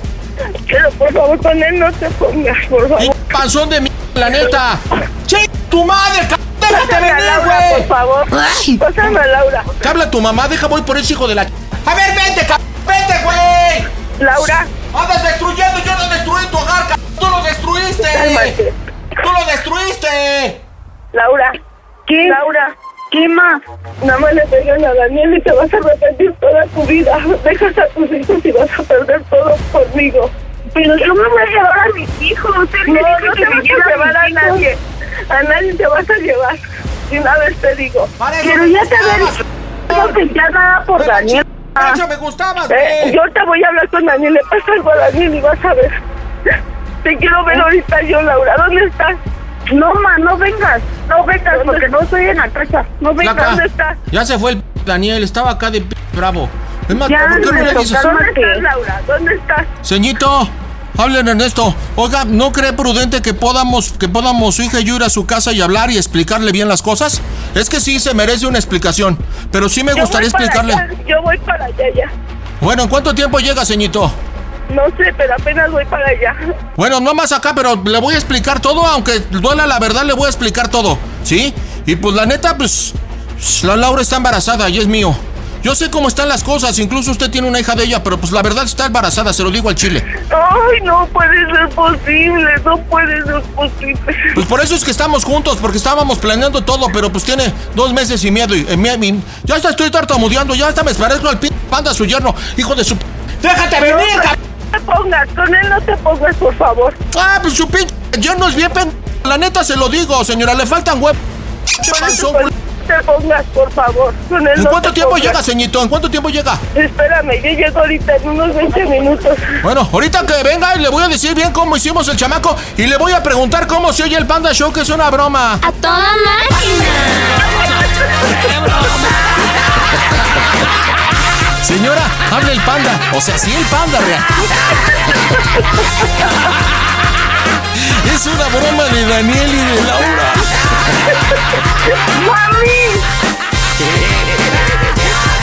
Pero por favor, con él no te pongas, por favor. Panzón de mi la neta. Che, tu madre, c- déjate Pásame a venir, Laura, güey. por favor. Pásame a Laura. ¿Qué habla tu mamá? Deja voy por ese hijo de la. A ver, vente, Ah, c- vete, güey. Laura. Andas destruyendo, yo no destruí tu hogar, c- tú lo destruiste. Cálmate. Tú lo destruiste. Laura. ¿Qué? Laura. ¿Qué más? Nada más le pegan a Daniel y te vas a arrepentir toda tu vida. Dejas a tus hijos y vas a perder todo conmigo. Pero yo me voy a llevar a mis hijos. él me dijo no que te me vas lleve a a llevar a mis hijos. nadie. A nadie te vas a llevar. Y una vez te digo. Pero ya te había dicho que ya nada por Daniel. eso me gustaba, Eh, yo te voy a hablar con Daniel. Le pasa algo a Daniel y vas a ver. Te quiero ver ahorita yo, Laura. ¿Dónde estás? No, ma, no vengas. No vengas porque no estoy en la casa. No vengas. Flaca, ¿Dónde estás? Ya se fue el p- Daniel, estaba acá de p- bravo. Es más, Ya, ¿por qué no le Ernesto, dices? ¿Dónde estás, Laura? ¿Dónde estás? Señito, hablen Ernesto. Oiga, ¿no cree prudente que podamos, que podamos su hija y yo ir a su casa y hablar y explicarle bien las cosas? Es que sí se merece una explicación, pero sí me Yo gustaría voy para explicarle. allá, Yo voy para allá ya. Bueno, ¿en cuánto tiempo llega, señito? No sé, pero apenas voy para allá. Bueno, no más acá, pero le voy a explicar todo, aunque duela la verdad, le voy a explicar todo, ¿sí? Y pues la neta, pues, pues, la Laura está embarazada y es mío. Yo sé cómo están las cosas, incluso usted tiene una hija de ella, pero pues la verdad está embarazada, se lo digo al chile. Ay, no puede ser posible. No puede ser posible. Pues por eso es que estamos juntos, porque estábamos planeando todo, pero pues tiene dos meses y miedo. Y, eh, mi- mi- ya hasta estoy tartamudeando, ya hasta me parezco al p panda su yerno, hijo de su. p- ¡Déjate No, venir, no cab- te pongas. Con él no te pongas, por favor. ¡Ah, pues su pinche yerno es bien pen. La neta se lo digo, señora, le faltan web. No te pon- te pongas, por favor. Con él ¿En no cuánto te tiempo pongas. llega, ceñito? ¿En cuánto tiempo llega? Espérame, yo llego ahorita en unos 20 minutos. Bueno, ahorita que venga le voy a decir bien cómo hicimos el chamaco y le voy a preguntar cómo se oye el Panda Show, que es una broma. ¡A toda Señora, habla el panda. O sea, sí el panda, real. Es una broma de Daniel y de Laura. ¡Mami!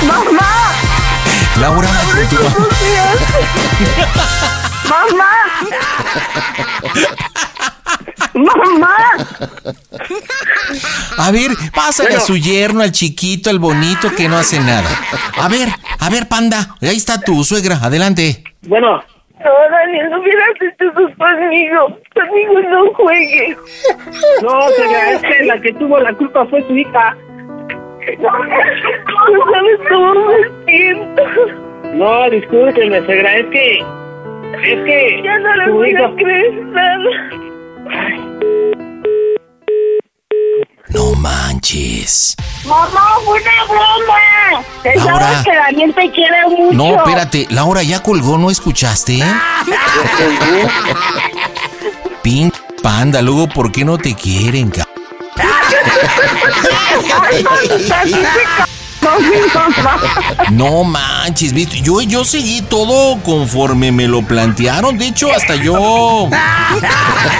¡Mamá! Laura, con tu mamá. ¡Mamá! ¡Mamá! A ver, pásale Bueno. a su yerno, al chiquito, al bonito, que no hace nada. A ver, a ver, panda. Ahí está tu suegra, adelante. Bueno. No, Daniel, no hubieras hecho eso conmigo. Conmigo no juegues. No, señora, es que la que tuvo la culpa fue su hija. No sabes cómo me siento. No, discúlpenme, suegra, es que. Es que. Ya no le tu voy hija- a creer nada. No manches. Mamá, fue una broma. Te Laura. sabes que Daniel te quiere mucho. No, espérate, Laura ya colgó, ¿no escuchaste? Pin panda, luego, ¿por qué no te quieren, ca- Ay, maldita, sí, te c- No manches, ¿viste? Yo, yo seguí todo conforme me lo plantearon. De hecho, hasta yo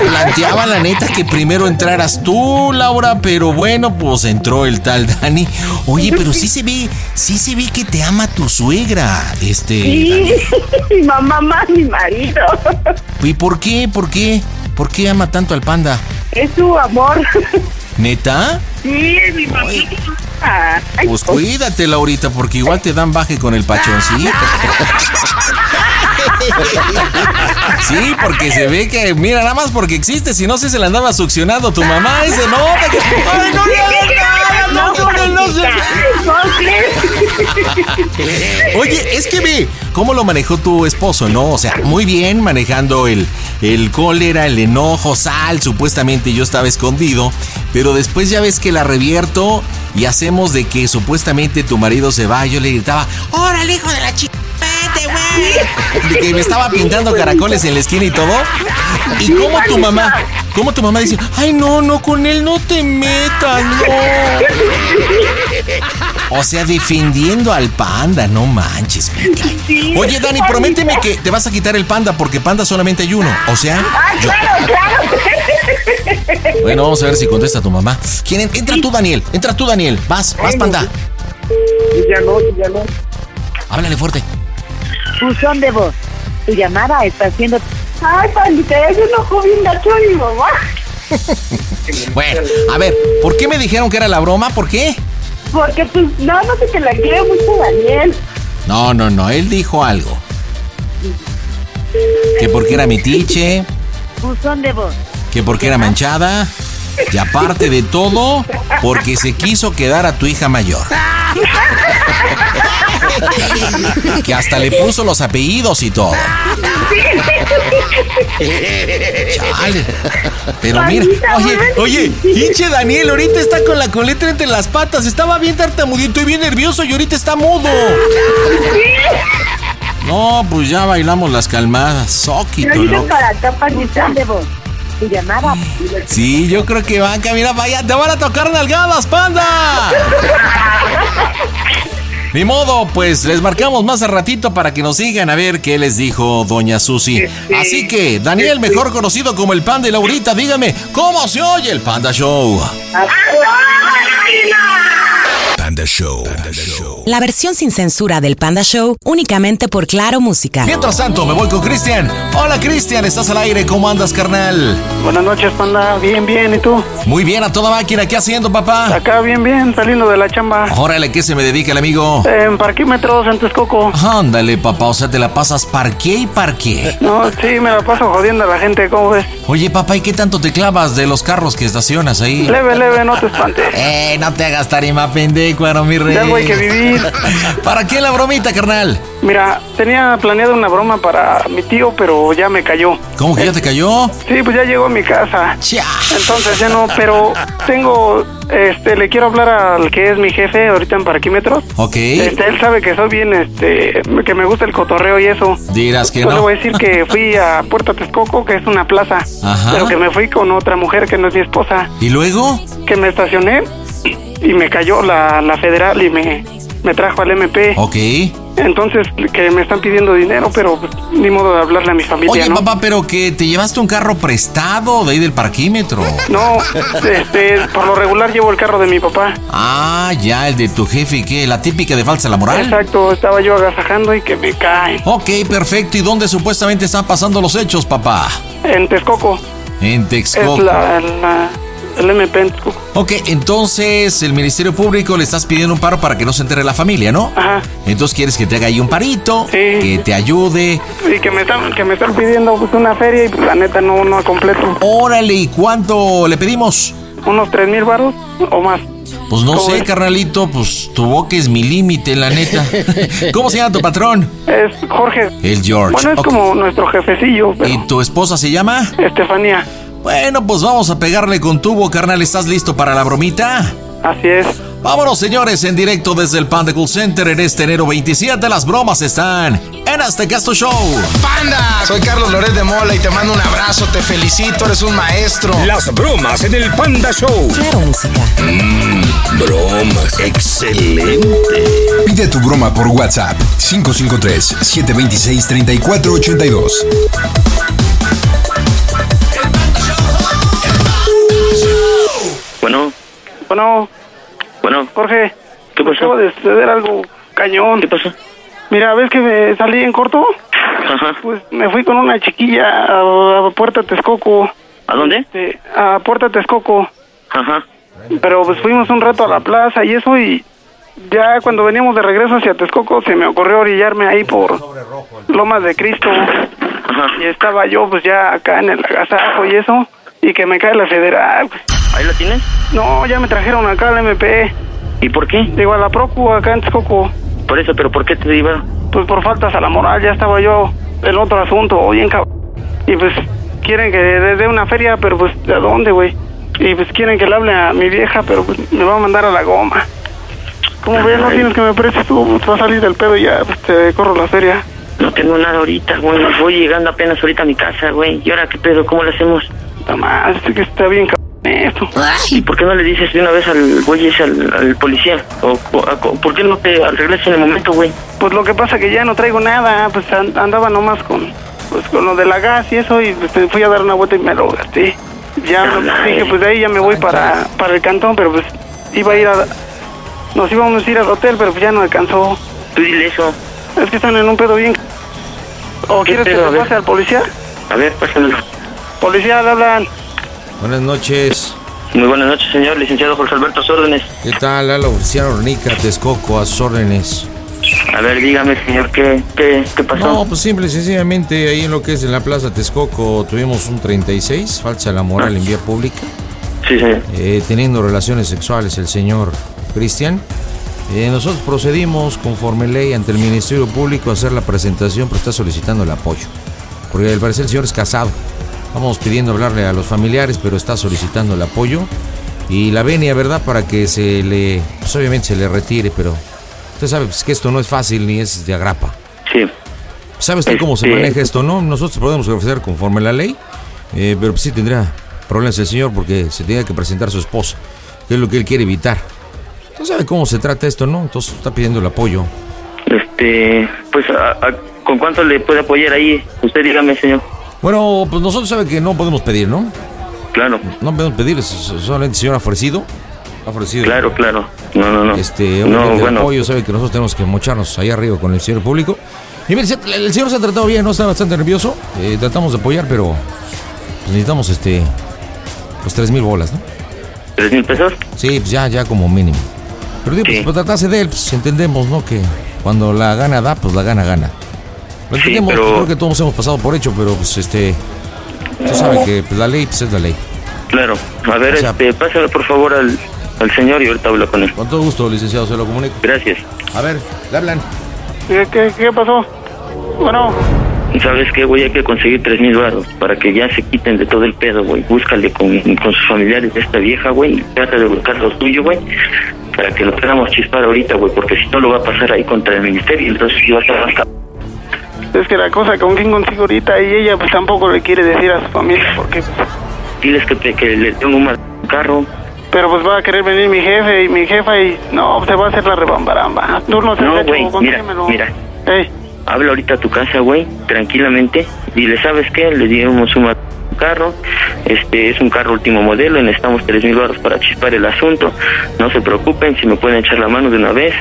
planteaba la neta que primero entraras tú, Laura, pero bueno, pues entró el tal Dani. Oye, pero sí se ve, sí se ve que te ama tu suegra. Este. Sí, mi mamá más mi marido. ¿Y por qué? ¿Por qué? ¿Por qué ama tanto al panda? Es su amor. ¿Neta? Sí, es mi mamá. Ay, Pues cuídate, Laurita, porque igual te dan baje con el pachoncito. Sí, porque se ve que, mira, nada más porque existe, si no, si se la andaba succionando tu mamá, dice, no, te que... ¡Ay, no le hagas nada, no, no, no, no, no". Oye, es que ve, ¿cómo lo manejó tu esposo, no? O sea, muy bien manejando el, el cólera, el enojo, sal, supuestamente yo estaba escondido, pero después ya ves que la revierto y hacemos de que supuestamente tu marido se va, yo le gritaba, ¡Órale, hijo de la chica! de que me estaba pintando caracoles en la esquina y todo. ¿Y cómo tu mamá? ¿Cómo tu mamá dice, ay no, no, con él no te metas, no? O sea, defendiendo al panda, no manches. me cae. Sí, Oye, Dani, Juanita. prométeme que te vas a quitar el panda porque panda solamente hay uno. O sea, Ah, claro, claro. bueno, vamos a ver si contesta tu mamá. ¿Quién en- Entra tú, Daniel. Entra tú, Daniel. Vas, vas, panda. Pues Ya no, ya no. Háblale fuerte. Buzón de voz. Tu llamada está siendo... Ay, pandita, ya se enojó bien gacho mi mamá. Bueno, a ver, ¿por qué me dijeron que era la broma? ¿Por qué? Porque pues nada más es que la quiere mucho Daniel. No, no, no, él dijo algo. Que porque era metiche, Buzón de voz. que porque era manchada, y aparte de todo, porque se quiso quedar a tu hija mayor. Que hasta le puso los apellidos y todo. Chale. Pero mira, Manita, oye, man. oye, hinche Daniel, ahorita está con la coleta entre las patas, estaba bien tartamudito y bien nervioso y ahorita está mudo. No, pues ya bailamos las calmadas, soquito, ¿no? para acá, Buzón de voz. Tu llamada... Sí, yo creo que van, que mira, vaya, te van a tocar nalgadas, panda. Ni modo, pues les marcamos más a ratito para que nos sigan a ver qué les dijo Doña Susi. Así que, Daniel, mejor conocido como el Panda y Laurita, dígame, ¿cómo se oye el Panda Show? Panda Show. La versión sin censura del Panda Show únicamente por Claro Música. Mientras tanto, me voy con Cristian. Hola, Cristian, estás al aire, ¿cómo andas, carnal? Buenas noches, panda. Bien, bien. ¿Y tú? Muy bien, a toda máquina, ¿qué haciendo, papá? Acá bien, bien, saliendo de la chamba. Órale, ¿qué se me dedica el amigo? En parquímetros, en Texcoco. Ándale, papá, o sea, te la pasas parqué y parqué. No, sí, me la paso jodiendo a la gente, ¿cómo ves? Oye, papá, ¿y qué tanto te clavas de los carros que estacionas ahí? Leve, leve, no te espantes. ¡Eh, no te hagas tarima, pendecuaro, mi rey! De algo hay que vivir. ¿Para qué la bromita, carnal? Mira, tenía planeado una broma para mi tío, pero ya me cayó. ¿Cómo que ya te cayó? Sí, pues ya llegó a mi casa. Entonces ya no, pero tengo, este, le quiero hablar al que es mi jefe ahorita en parquímetros. Ok. Este, él sabe que soy bien, este, que me gusta el cotorreo y eso. Dirás que Yo Pues le no. voy a decir que fui a Puerto Texcoco, que es una plaza, Ajá. pero que me fui con otra mujer que no es mi esposa, ¿Y luego? que me estacioné y me cayó la, la federal y me, me trajo al MP. Ok. Entonces, que me están pidiendo dinero, pero pues, ni modo de hablarle a mi familia, Oye, ¿no? papá, pero que te llevaste un carro prestado de ahí del parquímetro. No, este, por lo regular llevo el carro de mi papá. Ah, ya, el de tu jefe, ¿qué? ¿La típica de falsa la moral? Exacto, estaba yo agasajando y que me cae. Ok, perfecto. ¿Y dónde supuestamente están pasando los hechos, papá? En Texcoco. En Texcoco. Es la, la- el MP en Texcoco. Ok, entonces el Ministerio Público le estás pidiendo un paro para que no se entere la familia, ¿no? Ajá. Entonces quieres que te haga ahí un parito, que te ayude. Y que me están, que me están pidiendo pues, una feria y pues, la neta no, no completo. Órale, ¿y cuánto le pedimos? Unos tres mil baros o más. Pues no sé, carnalito, pues tu boca es mi límite, la neta. ¿Cómo se llama tu patrón? Es Jorge. El George. Bueno, es Ok. como nuestro jefecillo, pero ¿Y tu esposa se llama? Estefanía. Bueno, pues vamos a pegarle con tubo, carnal. ¿Estás listo para la bromita? Así es. Vámonos, señores, en directo desde el Panda Cool Center en este enero 27. Las bromas están en Aztecasto Show. ¡Panda! Soy Carlos Loret de Mola y te mando un abrazo, te felicito, eres un maestro. Las bromas en el Panda Show. Claro, música. bromas. Excelente. Pide tu broma por WhatsApp 553-726-3482. Bueno, Bueno, bueno. Jorge, ¿Qué acaba pasó? de suceder algo cañón. ¿Qué pasó? Mira, ¿ves que me salí en corto? Ajá. Pues me fui con una chiquilla a, a Puerta Texcoco. ¿A dónde? Este, a Puerta Texcoco. Ajá. Pero pues fuimos un rato a la plaza y eso y ya cuando veníamos de regreso hacia Texcoco se me ocurrió orillarme ahí por Lomas de Cristo. Y estaba yo pues ya acá en el agasajo y eso y que me cae la federal. pues. ¿Ahí la tienes? No, ya me trajeron acá al MP. ¿Y por qué? Digo, a la Procu acá en Texcoco. Por eso, pero ¿por qué te llevaron? Pues por faltas a la moral ya estaba yo en otro asunto, bien cabrón. Y pues quieren que le dé una feria, pero pues ¿de dónde, güey? Y pues quieren que le hable a mi vieja, pero pues me va a mandar a la goma. ¿Cómo ves? No Ay. tienes que me prestes tú, te va a salir del pedo y ya, pues te corro la feria. No tengo nada ahorita, güey. Voy llegando apenas ahorita a mi casa, güey. ¿Y ahora qué pedo? ¿Cómo lo hacemos? Nada más, que está bien cabrón esto. ¿Y por qué no le dices de una vez al güey ese, al, al policía? ¿O, o- a- o por qué no te arreglas en el momento, güey? Pues lo que pasa que ya no traigo nada, pues an- andaba nomás con, pues con lo de la gas y eso, y pues, te fui a dar una vuelta y me lo gasté. Ya me- dije, pues de ahí ya me voy para, para el cantón, pero pues iba a ir a, nos íbamos a ir al hotel, pero pues ya no alcanzó. Tú dile eso. Es que están en un pedo bien... c- ¿O ¿Qué quieres pedo? que te A ver. pase al policía? A ver, pásamelo. Policía, le hablan. Buenas noches. Muy buenas noches, señor. Licenciado Jorge Alberto, a sus órdenes. ¿Qué tal, Lalo? Oficial Ornica, Texcoco, a sus órdenes. A ver, dígame, señor, ¿qué, qué, qué pasó? No, pues simple y sencillamente ahí en lo que es en la Plaza Texcoco tuvimos un 36, falsa la moral en vía pública. Sí, señor. Eh, teniendo relaciones sexuales el señor Cristian. Eh, nosotros procedimos conforme ley ante el Ministerio Público a hacer la presentación, pero está solicitando el apoyo. Porque al parecer el señor es casado. Vamos pidiendo hablarle a los familiares, pero está solicitando el apoyo. Y la venia, ¿verdad? Para que se le, pues obviamente se le retire, pero usted sabe pues, que esto no es fácil ni es de agrapa. Sí. ¿Sabe usted cómo se Este- maneja esto, no? Nosotros podemos ofrecer conforme la ley, eh, pero sí tendrá problemas el señor porque se tiene que presentar su esposa, que es lo que él quiere evitar. ¿Usted sabe cómo se trata esto, no? Entonces está pidiendo el apoyo. Este, pues, a- a- ¿con cuánto le puede apoyar ahí? Usted dígame, señor. Bueno, pues nosotros sabe que no podemos pedir, ¿no? Claro, No podemos pedir, s- s- solamente el señor ha ofrecido. Ha ofrecido. claro, claro. No, no, no. Este, No, obviamente el bueno. apoyo sabe que nosotros tenemos que mocharnos allá arriba con el señor público. Y mire, se- el señor se ha tratado bien, no está bastante nervioso. Eh, tratamos de apoyar, pero pues, necesitamos este pues tres mil bolas, ¿no? ¿Tres mil pesos? Sí, pues ya, ya como mínimo. Pero digo, pues, pues tratarse de él, pues entendemos, ¿no? Que cuando la gana da, pues la gana gana. Lo Sí, entendemos, pero- creo que todos hemos pasado por hecho, pero pues este. Tú sabes que pues, la ley pues, es la ley. Claro. A ver, O sea- este, pásale por favor al, al señor y ahorita hablo con él. Con todo gusto, licenciado, se lo comunico. Gracias. A ver, le hablan. ¿Qué, qué, qué pasó? Bueno, ¿Sabes qué, güey? Hay que conseguir tres mil baros para que ya se quiten de todo el pedo, güey. Búscale con, con sus familiares de esta vieja, güey. y Trata de buscar lo tuyo, güey. Para que lo podamos chispar ahorita, güey. Porque si no, lo va a pasar ahí contra el ministerio. Entonces, sí va a estar más cabrón. es que la cosa con quien consigo ahorita y ella pues tampoco le quiere decir a su familia porque pues, Diles que, te- que le tengo un mal carro. Pero pues va a querer venir mi jefe y mi jefa y no, se va a hacer la rebambaramba. Ah, Tú no Eh. te No, gacho, güey, mira, consíguemelo. mira. Ey. Habla ahorita a tu casa, güey, tranquilamente. Dile, ¿sabes qué? Le dimos un carro. Este es un carro último modelo y necesitamos tres mil baros para chispar el asunto. No se preocupen, si me pueden echar la mano de una vez.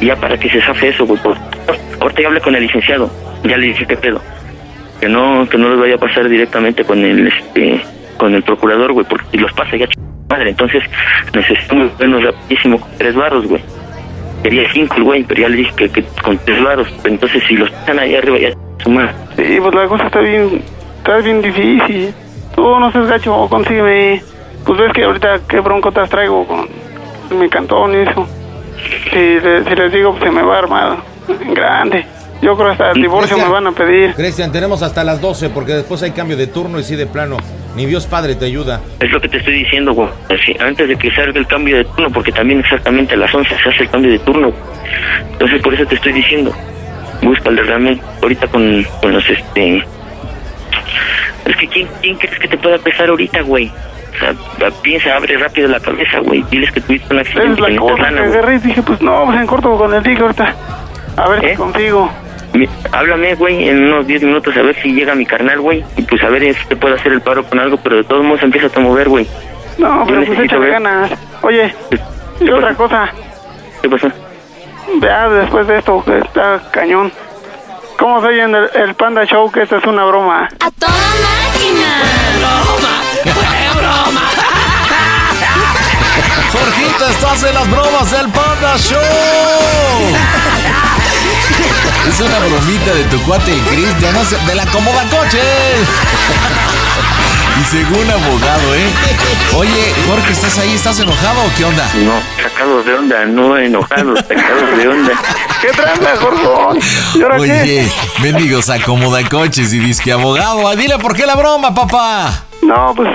y Ya para que se zafe eso, güey. por favor. Ahorita ya hablé con el licenciado. Ya le dije qué pedo. Que no, que no los vaya a pasar directamente con el, este, con el procurador, güey, porque si los pasa ya, ch- madre. Entonces necesitamos vernos rapidísimo con tres baros, güey quería cinco el güey, pero ya le dije que, que con tres varos. Entonces, si los están ahí arriba, ya suma. Sí, pues la cosa está bien, está bien difícil. Tú no seas gacho, consígueme. Pues ves que ahorita qué broncotas traigo con, mi cantón y eso. Si, le- si les digo, pues, se me va a armar en grande. Yo creo hasta Mm, el divorcio me van a pedir. Cristian, tenemos hasta las 12 porque después hay cambio de turno y sí de plano. Ni Dios Padre te ayuda. Es lo que te estoy diciendo, güey. Así, antes de que salga el cambio de turno, porque también exactamente a las 11 se hace el cambio de turno. Entonces, por eso te estoy diciendo. Búscale realmente ahorita con, con los este. Es que, ¿quién, ¿quién crees que te pueda pesar ahorita, güey? O sea, a- piensa, abre rápido la cabeza, güey. Diles que tuviste un Esa es accidente. que la necesitas cosa, me lana, güey. agarré y dije, pues no, pues en corto con el tigre ahorita. A ver si contigo. Mi- Háblame, güey, en unos 10 minutos a ver si llega mi carnal, güey. Y pues a ver si te puedo hacer el paro con algo, pero de todos modos empieza a mover, güey. No, pero pues necesito échale ver. ganas. Oye, y pues. otra cosa, ¿Qué pasó? vea después de esto que está cañón. ¿Cómo se oye en el, el Panda Show que esta es una broma? Ah, Jorgito, estás en las bromas del Panda Show. Es una bromita de tu cuate el Cristian, no sé, de la cómoda coche. Y según abogado, ¿eh? Oye, Jorge, ¿estás ahí? ¿Estás enojado o qué onda? No, sacados de onda, no enojados, sacados de onda. ¿Qué tranza, Jorgón? ¿Y ahora qué? Oye, mendigos acomoda coches y disque abogado. Ah, Dile por qué la broma, papá. No, pues,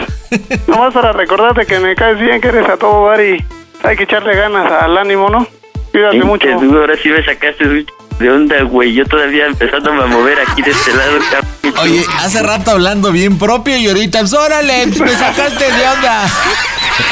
nomás para recordarte que me caes bien, que eres a todo dar y hay que echarle ganas al ánimo, ¿no? Cuídate mucho. Pinches, güey, ahora sí me sacaste güey, de onda, güey. Yo todavía empezándome a mover aquí de este lado, cabrón. Oye, hace rato hablando bien propio y ahorita, pues, órale, me sacaste de onda.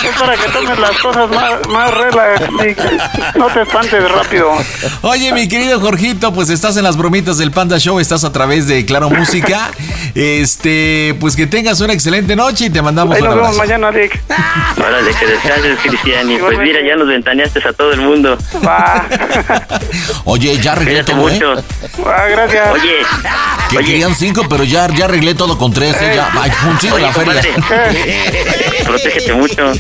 Es para que tomes las cosas más, más relax y no te espantes rápido. Oye, mi querido Jorgito, pues estás en las bromitas del Panda Show, estás a través de Claro Música. Este, pues que tengas una excelente noche y te mandamos Ahí un nos vemos abrazo. mañana, Dick. Ah, Órale, que descanses, Cristian. Y pues mira, ya nos ventaneaste a todo el mundo. Oye, ya arreglé Cuídate todo, ¿eh? mucho. Ah, gracias. Oye, Que querían cinco, pero ya, ya arreglé todo con tres, ¿eh? Ya, ay, un cinco oye, la feria. compadre. Protégete mucho.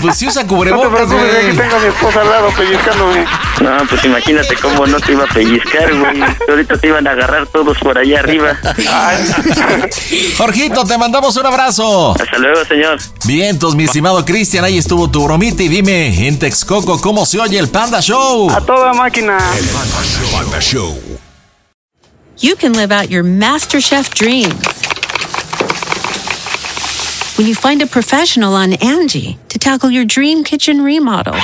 Pues sí usa No te cubrebocas, preocupes, güey. aquí tengo a mi esposa al lado pellizcándome. No, pues imagínate cómo no te iba a pellizcar, güey. Ahorita te iban a agarrar todos por allá arriba. Jorgito, te mandamos un abrazo. Hasta luego, señor. Bien, entonces, mi estimado Cristian, ahí estuvo tu bromita y dime en Texcoco cómo se oye el Panda Show. A toda máquina. Panda Show. you can live out your MasterChef dreams. When you find a professional on Angie to tackle your dream kitchen remodel,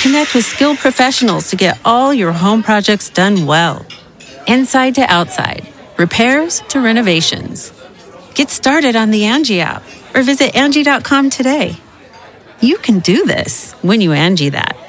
connect with skilled professionals to get all your home projects done well. Inside to outside, repairs to renovations. Get started on the Angie app or visit Angie.com today. You can do this when you Angie that.